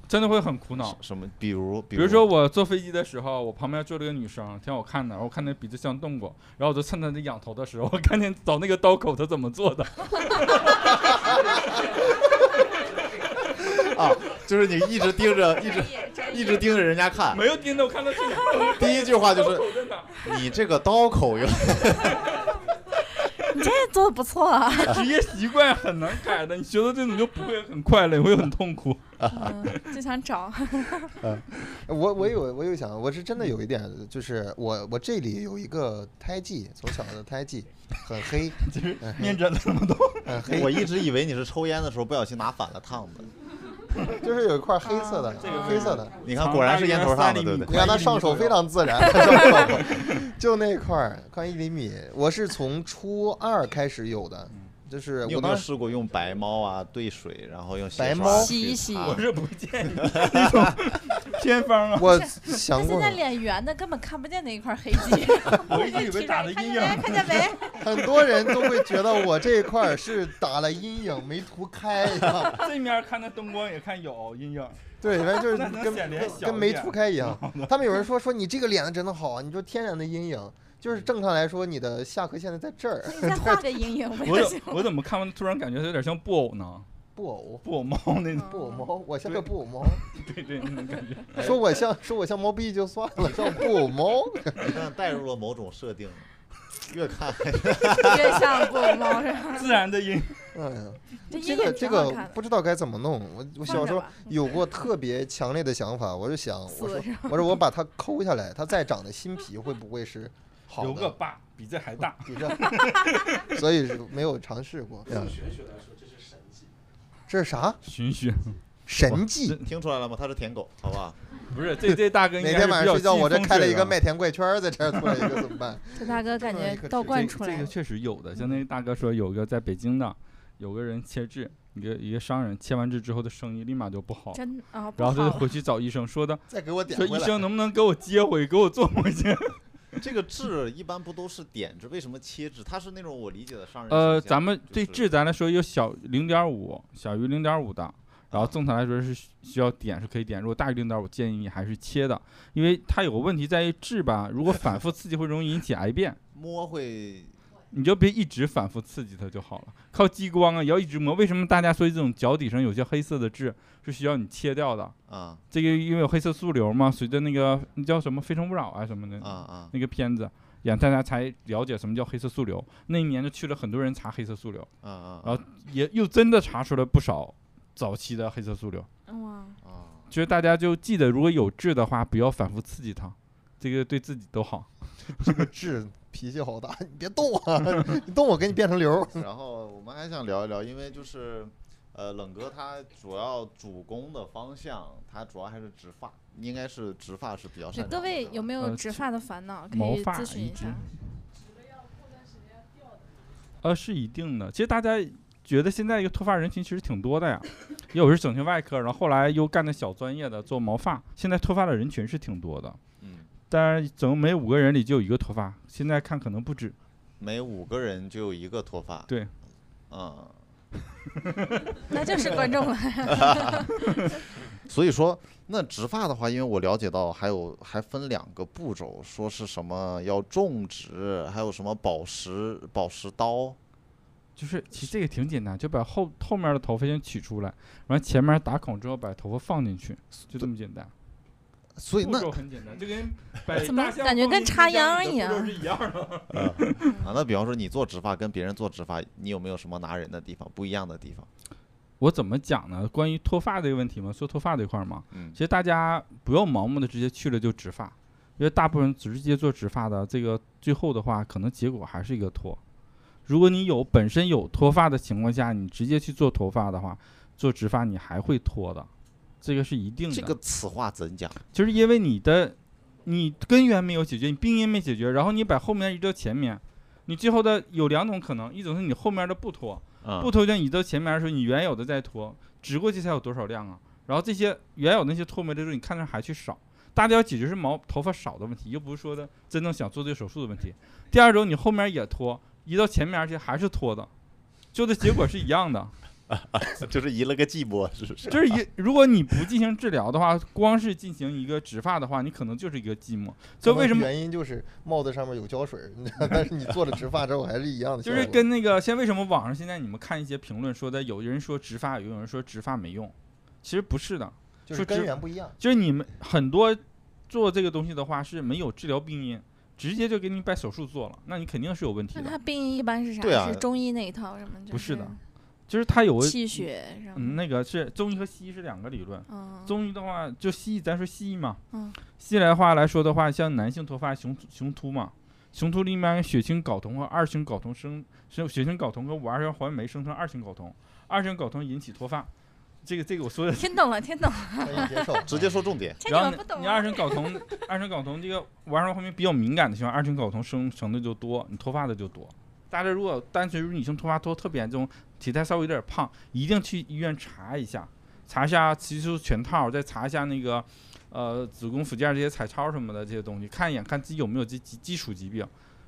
S1: 真的会很苦恼。
S2: 啊什么，比如比
S1: 比如说我坐飞机的时候，我旁边坐了个女生，挺好看的，然后我看她鼻子像动过，然后我就趁她那仰头的时候，我看见找那个刀口她怎么做的，
S2: 啊，就是你一直盯着，一直
S3: 这
S2: 一直盯着人家看，
S1: 没有盯着我看她是哪
S2: 第一句话就
S1: 刀
S2: 是
S1: 口在哪。
S2: 你这个刀口有，
S3: 做的不错啊。
S1: 职业习惯很难改的，你学到这种就不会很快乐，你会很痛 苦。
S3: 嗯就想找，
S4: 我我有我有想，我是真的有一点，就是我我这里有一个胎记，从小的胎记，很黑， 很黑
S1: 面，诊了么多，
S4: 很黑，
S2: 我一直以为你是抽烟的时候不小心拿反了烫的，
S4: 就是有一块黑色的
S1: 这个，
S4: 黑色的，
S2: 你看果啊然是烟头烫的，对不对？
S4: 你看他上手非常自 然， 就那块儿，快一厘米。我是从初二开始有的，就是
S2: 你
S4: 我
S2: 有没
S4: 当
S2: 有
S4: 时
S2: 试过用白猫啊兑水，然后用
S4: 白
S2: 刷
S4: 猫
S2: 去
S3: 洗一洗
S2: 擦
S1: 我是不建议那
S4: 哎
S1: 种偏方 啊。
S4: 我
S3: 他
S4: 想
S3: 现
S4: 过，
S3: 在脸圆的，根本看不见那一块黑肌。
S1: 我一直以为打的阴影，
S3: 看见没？
S4: 很多人都会觉得我这一块儿是打了阴影没涂开一样，
S1: 这面看那灯光也看有阴影，
S4: 对，反正就 是
S1: 那
S4: 跟
S1: 能显脸
S4: 跟
S1: 小
S4: 跟
S1: 一
S4: 没
S1: 点
S4: 涂开一样。他 们有人说说你这个脸的真的好，啊你说天然的阴影，就是正常来说你的下颌现在在这儿，
S3: 你再画个阴影呗。
S1: 我怎我怎么看完突然感觉它有点像布偶呢？
S4: 布偶
S1: 布偶猫那种，
S4: 布偶猫，我像个
S1: 对
S4: 布偶猫，
S1: 对对那种感觉。
S4: 说我像说我像猫逼就算 了，像布偶猫。
S2: 你看带入了某种设定，越看
S3: 越像布偶猫 是吧？
S1: 自然的阴影，
S4: 哎呀，这
S3: 这阴
S4: 个这
S3: 影挺好
S4: 个
S3: 看的
S4: 不。知道该怎么弄。我我小时候
S3: 放着吧嗯
S4: 有过特别强烈的想法，我就想，我说
S3: 死是吧？
S4: 我说我把它抠下来，它再长的新皮会不会是 好
S1: 有个
S4: 的？
S1: 疤比这还 大。
S4: 比这， 所以是没有尝试过。
S1: 啊
S4: 嗯这是啥
S1: 寻寻
S4: 神技？
S2: 听出来了吗？他是舔狗，好吧？
S1: 不是 这这大哥应
S4: 哪
S1: 该
S4: 天晚上睡觉，我这开了一个
S1: 麦。
S4: 麦田怪圈儿，在这儿做了一个怎么办？
S3: 这大哥感觉倒
S1: 这
S3: 灌出来
S1: 这个
S3: 了。
S1: 确实有的，
S4: 嗯
S1: 像那大哥说，有个在北京的，有个人切痣，一个一个商人切完痣之后，的生意立马就不好，
S3: 真啊，不
S1: 然后
S3: 好
S1: 他就
S3: 了。
S1: 回去找医生，说的
S4: 再给我点
S1: 说
S4: 回
S1: 医
S4: 来。
S1: 生能不能给我接回，给我做回去？
S2: 这个痣一般不都是点痣？为什么切痣？他是那种我理解的商人形象。
S1: 呃，咱们对
S2: 就是
S1: 痣咱来说有小零点五，小于零点五的。然后正常来说是需需要点是可以点，如果大于零点五，建议你还是切的，因为它有个问题在于痣吧，如果反复刺激会容易引起癌变，
S2: 摸会
S1: 你就别一直反复刺激它就好了，靠激光啊，也要一直磨。为什么大家说这种脚底上有些黑色的痣是需要你切掉的？
S2: 啊
S1: 这个因为有黑色素瘤嘛，随着那个那叫什么《非诚勿扰》啊什么的、
S2: 啊啊！
S1: 那个片子，演大家才了解什么叫黑色素瘤。那一年就去了很多人查黑色素瘤，
S2: 啊啊
S1: 然后也又真的查出来不少早期的黑色素瘤。
S3: 哇，
S2: 啊！
S1: 其实大家就记得，如果有痣的话，不要反复刺激它，这个对自己都好。
S4: 这 个痣脾气好大，你别动啊！ 你动我给你变成瘤儿。
S2: 然后我们还想聊一聊，因为就是，呃，冷哥他主要主攻的方向，他主要还是植发，应该是植发是比较
S3: 就
S2: 擅长的。
S3: 各位有没有
S1: 呃
S3: 植发的烦恼？可
S1: 毛
S3: 以
S1: 发
S3: 咨询
S1: 一
S3: 一下
S1: 直。呃，是一定的。其实大家觉得现在一个脱发人群其实挺多的呀，因为我是整形外科，然后后来又干的小专业的做毛发，现在脱发的人群是挺多的。
S2: 嗯，
S1: 但是整每五个人里就有一个脱发，现在看可能不止。
S2: 每五个人就有一个脱发。
S1: 对，
S2: 嗯，
S3: 那就是观 众了。
S2: 所以说，那植发的话，因为我了解到还有还分两个步骤，说是什么要种植，还有什么宝石宝石刀。
S1: 就是其实这个挺简单，就把后后面的头发先取出来，完前面打孔之后把头发放进去，就这么简单。
S2: 所以
S1: 步
S2: 那
S1: 骤很简单，就 跟摆
S3: 怎么
S1: 大象
S3: 感觉
S1: 放
S3: 跟
S1: 进
S3: 插
S1: 冰箱里
S3: 秧一
S1: 的步骤
S3: 样
S1: 是一样的。
S2: 啊，那比方说你做植发跟别人做植发，你有没有什么拿人的地方，不一样的地方？
S1: 我怎么讲呢？关于脱发这个问题嘛，说脱发这块儿嘛，
S2: 嗯
S1: 其实大家不要盲目的直接去了就植发，因为大部分直接做植发的，这个最后的话可能结果还是一个脱。如果你有本身有脱发的情况下，你直接去做头发的话，做植发你还会脱的，这个是一定的。
S2: 这个此话怎讲？
S1: 就是因为你的你根源没有解决，你病因没解决，然后你把后面移到前面，你最后的有两种可能，一种是你后面的不脱，
S2: 啊
S1: 不脱就移到前面的时候，你原有的再脱，植过去才有多少量啊？然后这些原有那些脱没的时候，你看着还去少，大家要解决是毛头发少的问题，又不是说的真正想做这个手术的问题。第二周你后面也脱，移到前面去还是脱的，最后的结果是一样的。
S2: 就是移了个季寞，是不是？
S1: 就是一，如果你不进行治疗的话，光是进行一个植发的话，你可能就是一个寂寞。所以为什么
S4: 原因就是帽子上面有胶水儿， 但是你做了植发之后还是一样的效
S1: 就
S4: 果，
S1: 是跟那个，现在为什么网上现在你们看一些评论说的，有人说植发有用，有人说植发没用，其实不是的，
S4: 就是根源不一样。
S1: 就是你们很多做这个东西的话是没有治疗病因，直接就给你把手术做了，那你肯定是有问题
S3: 那
S1: 的。
S3: 他病因一般是啥？
S2: 对啊
S3: 是中医那一套什么？就
S1: 不是的就是它有
S3: 气血什
S1: 嗯，
S3: 么？
S1: 那个是中医和西医是两个理论。
S3: 嗯，
S1: 中医的话，就西医，咱说西医嘛，
S3: 嗯
S1: 西医来话来说的话，像男性脱发雄雄秃嘛，雄秃里面血清睾酮和二型睾酮生生血清睾酮和五二幺环酶生成二型睾酮，二型睾酮引起脱发，这个这个我说的
S3: 听懂了，听懂了，
S4: 可以 接受，
S2: 直接说重点，
S3: 这
S1: 然后
S3: 们不
S1: 你
S3: 懂啊
S1: 你二型睾酮，二型睾酮这个晚上方面比较敏感的情况，二型睾酮生成的就多，你脱发的就多。大家如果单纯是女性脱发脱特别严重，体态稍微有点胖，一定去医院查一下，查一下雌激素全套，再查一下那个呃子宫附件这些彩超什么的这些东西，看一眼看自己有没有这基基础疾病。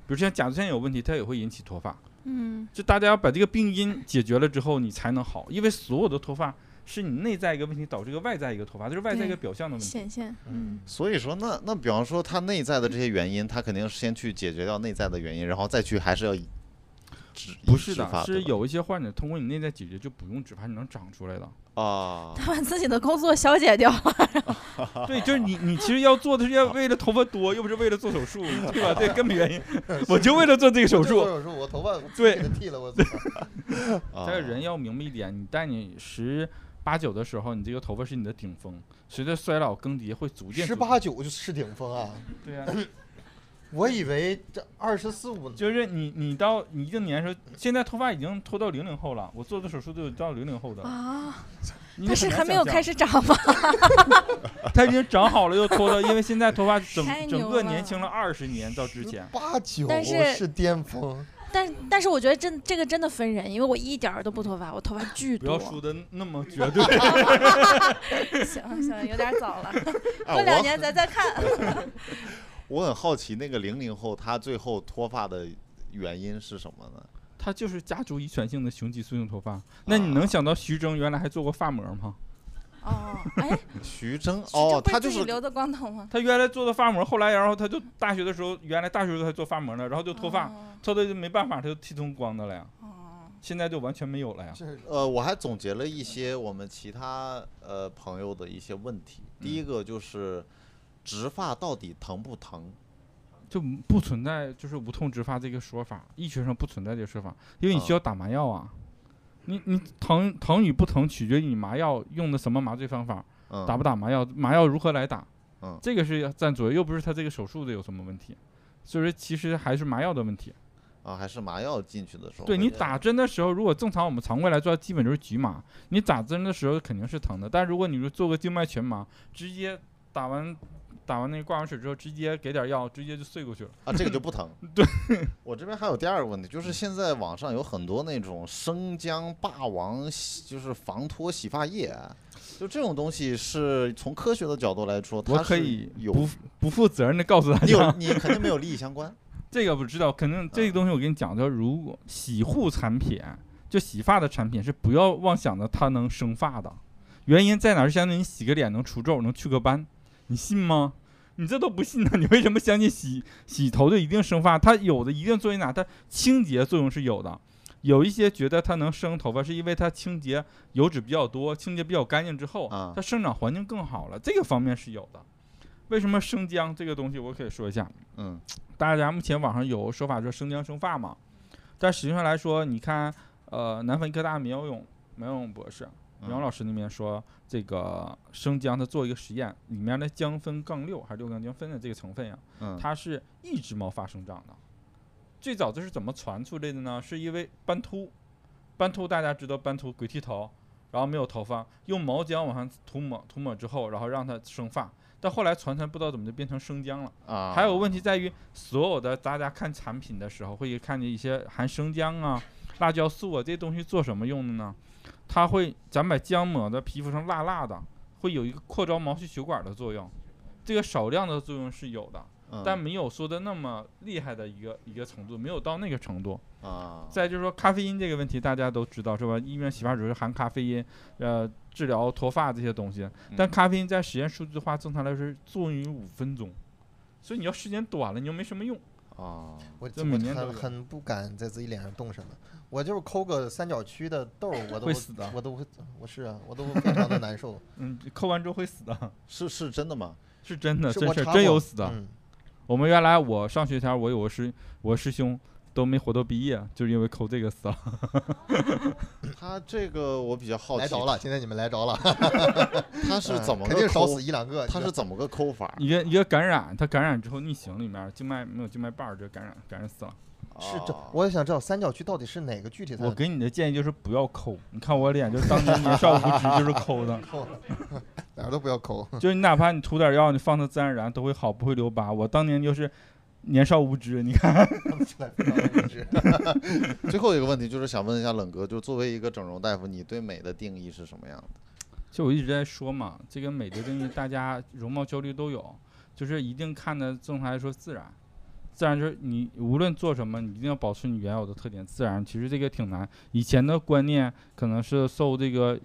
S1: 比如像甲状腺有问题，它也会引起脱发。
S3: 嗯
S1: 就大家要把这个病因解决了之后，你才能好，因为所有的脱发是你内在一个问题导致一个外在一个脱发，这是外在一个
S3: 对
S1: 表象的问题。
S3: 显现，嗯
S2: 所以说那那比方说他内在的这些原因，他肯定是先去解决掉内在的原因，然后再去还是要以植
S1: 不是
S2: 植发
S1: 的，是
S2: 对吧
S1: 有一些患者通过你内在解决就不用植发，你能长出来的。
S2: 啊，
S3: 他把自己的工作消解掉，
S1: 对，就是你，你其实要做的是要为了头发多，又不是为了做手术，对吧？这根本原因， 我就为了做这个手
S4: 做
S1: 术。
S4: 手术，我头发
S1: 对
S4: 给它剃了，我操，
S2: 啊
S1: 但是人要明白一点，你在你十八九的时候，你这个头发是你的顶峰，随着衰老更迭会逐渐。
S4: 十八，九就是顶峰啊！
S1: 对呀、
S4: 我以为这二十四五
S1: 就是你，你到你一定年的时候，现在头发已经脱到零零后了，我做的手术都有到零零后的了。
S3: 啊，
S1: 你
S3: 他
S1: 很
S3: 是
S1: 难啊
S3: 还没
S1: 想
S3: 有
S1: 象
S3: 开始长吗？
S1: 它已经长好了又脱到，因为现在头发整
S3: 太
S1: 整
S3: 牛
S1: 个
S3: 了
S1: 年轻了二十年到之前。
S4: 八九
S3: 但是
S4: 是巅峰，
S3: 但但是我觉得真这个真的分人，因为我一点儿都不脱发，我头发巨
S1: 不啊
S3: 多
S1: 要。说的那么绝对。
S3: 行了行了，有点早了，
S2: 啊
S3: 过两
S2: 我
S3: 年咱再看。
S2: 我很好奇那个零零后他最后脱发的原因是什么呢？
S1: 他就是家族遗传性的雄激素性脱发。那你能想到徐峥原来还做过发膜吗？
S3: 哦，哎，
S2: 徐峥
S3: 徐
S2: 哦
S3: 峥，不
S2: 他
S3: 是
S2: 就
S3: 自己
S2: 是
S3: 留的光头吗？
S1: 他原来做的发膜，后来然后他就大学的时候，原来大学的时候还做发膜呢，然后就脱发，
S3: 哦
S1: 脱的就没办法，他就剃成光的了呀。
S3: 哦，
S1: 现在就完全没有了呀。
S4: 这
S2: 呃，我还总结了一些我们其他呃朋友的一些问题。第
S1: 嗯
S2: 一个就是植发到底疼不疼？
S1: 就不存在就是无痛植发这个说法，医学上不存在这个说法，因为你需要打麻药啊。你你疼疼与不疼取决于你麻药用的什么麻醉方法，
S2: 嗯，
S1: 打不打麻药，麻药如何来打，
S2: 嗯
S1: 这个是占左右，又不是他这个手术的有什么问题，所以说其实还是麻药的问题。
S2: 啊，还是麻药进去的时候会
S1: 对
S2: 这
S1: 你
S2: 样？
S1: 打针的时候，如果正常我们常规来做，基本就是局麻。你打针的时候肯定是疼的，但如果你说做个静脉全麻，直接打完打完那个挂完水之后，直接给点药，直接就睡过去了。
S2: 啊，这个就不疼。
S1: 对，嗯
S2: 我这边还有第二个问题，就是现在网上有很多那种生姜霸王洗，就是防脱洗发液啊，就这种东西是从科学的角度来说，
S1: 我
S2: 它
S1: 可
S2: 是
S1: 以
S2: 有
S1: 不不负责任的告诉大
S2: 你有
S1: 家，
S2: 你肯定没有利益 相关
S1: 这个不知道，肯定这个东西我跟你讲，就是如果洗护产品，就洗发的产品是不要妄想着它能生发的，原因在哪儿？是相当于你洗个脸能除皱，能去个斑，你信吗？你这都不信呢，你为什么相信洗洗头就一定生发？它有的一定作用哪？它清洁作用是有的，有一些觉得它能生头发，是因为它清洁油脂比较多，清洁比较干净之后，
S2: 啊
S1: 它生长环境更好了，这个方面是有的。为什么生姜这个东西，我可以说一下，
S2: 嗯
S1: 大家目前网上有说法说生姜生发嘛，但实际上来说，你看，呃，南非科大苗勇苗勇博士，苗勇
S2: 嗯
S1: 老师那边说，这个生姜它做一个实验，里面的姜酚杠六还是六杠姜酚的这个成分呀、
S2: 嗯
S1: 它是抑制毛发生长的。最早这是怎么传出来的呢？是因为斑秃，斑秃大家知道斑秃鬼剃头，然后没有头发，用毛浆往上涂抹涂抹之后，然后让它生发。但后来传传不知道怎么就变成生姜了。
S2: 啊，
S1: 还有问题在于，所有的大家看产品的时候，会看见一些含生姜啊、辣椒素啊这些东西做什么用的呢？它会，咱把姜抹在皮肤上辣辣的，会有一个扩张毛细血管的作用。这个少量的作用是有的，
S2: 嗯
S1: 但没有说的那么厉害的一个一个程度，没有到那个程度。
S2: 啊，
S1: 再就是说，咖啡因这个问题大家都知道是吧？医院洗发水是含咖啡因，呃，治疗脱发这些东西。但
S2: 嗯
S1: 咖啡因在实验数据的话，正常来说是作用于五分钟，所以你要时间短了，你又没什么用。
S2: 啊，
S4: 我
S1: 这
S4: 我
S1: 每年都有
S4: 很很不敢在自己脸上动什么，我就是抠个三角区的痘儿，我都
S1: 会死的
S4: 我都会，我是啊，我都会非常的难 受。
S1: 嗯，扣完之后会死的，
S2: 是是真的吗？
S1: 是真的，
S4: 是
S1: 真
S4: 我
S1: 事
S4: 查
S1: 真
S4: 过
S1: 有死的。
S4: 嗯，
S1: 我们原来我上学前，我有个师，我师兄都没活到毕业，就是因为抠这个 死了。
S2: 他这个我比较好
S4: 来
S2: 奇
S4: 着，了，今天你们来着了，
S2: 他是怎么
S4: 肯
S2: 个
S4: 定少
S2: 抠？
S4: 死一两个。
S2: 他
S4: 你
S2: 是怎么个抠法？
S1: 一个一个感染，它感染之后逆行里面静脉没有静脉瓣儿，就感染感染死了。
S4: 是这
S2: 啊，
S4: 我也想知道三角区到底是哪个具体才
S1: 我给你的建议就是不要抠，你看我脸就当年年少无知就是抠的，
S4: 抠，哪儿都不要 抠。
S1: 就是你哪怕你涂点药，你放它自然而然都会好，不会留疤。我当年就是年少无知，你看
S2: 最后一个问题就是想问一下冷哥，就作为一个整容大夫，你对美的定义是什么样的？
S1: 就我一直在说嘛，这个美的定义大家容貌焦虑都有，就是一定看的正常来说自然。自然就是你无论做什么，你一定要保持你原有的特点。自然其实这个挺难，以前的观念可能是受这个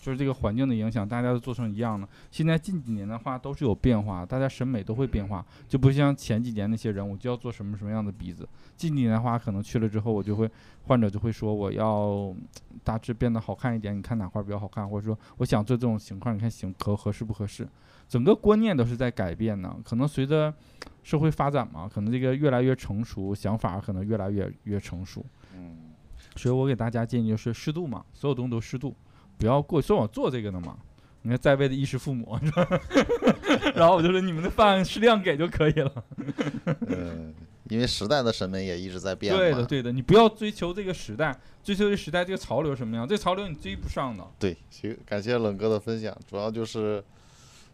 S1: 就是这个环境的影响，大家都做成一样的。现在近几年的话都是有变化，大家审美都会变化，就不像前几年那些人，我就要做什么什么样的鼻子。近几年的话，可能去了之后，我就会患者就会说我要大致变得好看一点，你看哪块儿比较好看，或者说我想做这种情况，你看行合合适不合适？整个观念都是在改变呢。可能随着社会发展嘛，可能这个越来越成熟，想法可能越来越越成熟。
S2: 嗯，
S1: 所以我给大家建议就是适度嘛，所有东西都适度，不要过。说我做这个呢嘛，你看在位的衣食父母， 是吧然后我就说你们的饭适量给就可以了。
S2: 呃，因为时代的审美也一直在变嘛。
S1: 对的，对的，你不要追求这个时代，追求这个时代这个潮流什么样，这潮流你追不上的。
S2: 对行，感谢冷哥的分享，主要就是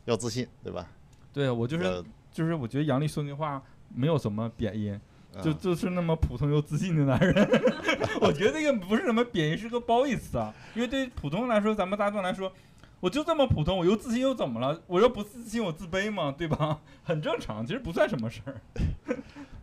S2: 要自信，对吧？
S1: 对啊我就是
S2: 呃
S1: 就是，我觉得杨笠说那话没有什么贬义，就
S2: 嗯
S1: 就是那么普通又自信的男人。 我觉得这个不是什么贬义，是个褒义词啊。因为对于普通人来说，咱们大众来说，我就这么普通，我又自信又怎么了？我又不自信，我自卑嘛，对吧？ 很正常，其实不算什么事儿。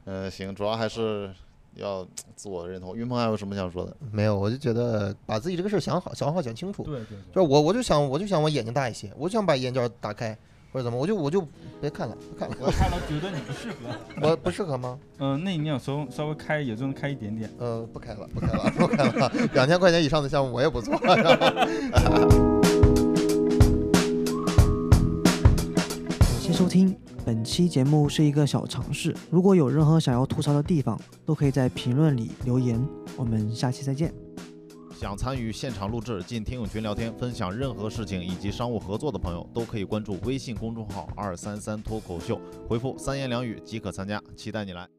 S2: 呃，行，主要还是要自我认同。云鹏还有什么想说的？
S4: 没有，我就觉得把自己这个事儿想好、想好、想清楚。
S1: 对对
S4: 就是我，我就想，我就想我眼睛大一些，我就想把眼角打开，或者怎么，我就我就别看了，不看了，
S1: 我看了觉得你不适合。
S4: 我不适合吗？
S1: 嗯、那你要稍稍微开，也就能开一点点。
S4: 呃，不开了，不开了，不开了，两千块钱以上的项目我也不做。
S5: 感谢收听。本期节目是一个小尝试，如果有任何想要吐槽的地方，都可以在评论里留言。我们下期再见。
S2: 想参与现场录制、进听友群聊天、分享任何事情以及商务合作的朋友，都可以关注微信公众号“二三三脱口秀”，回复“三言两语”即可参加，期待你来。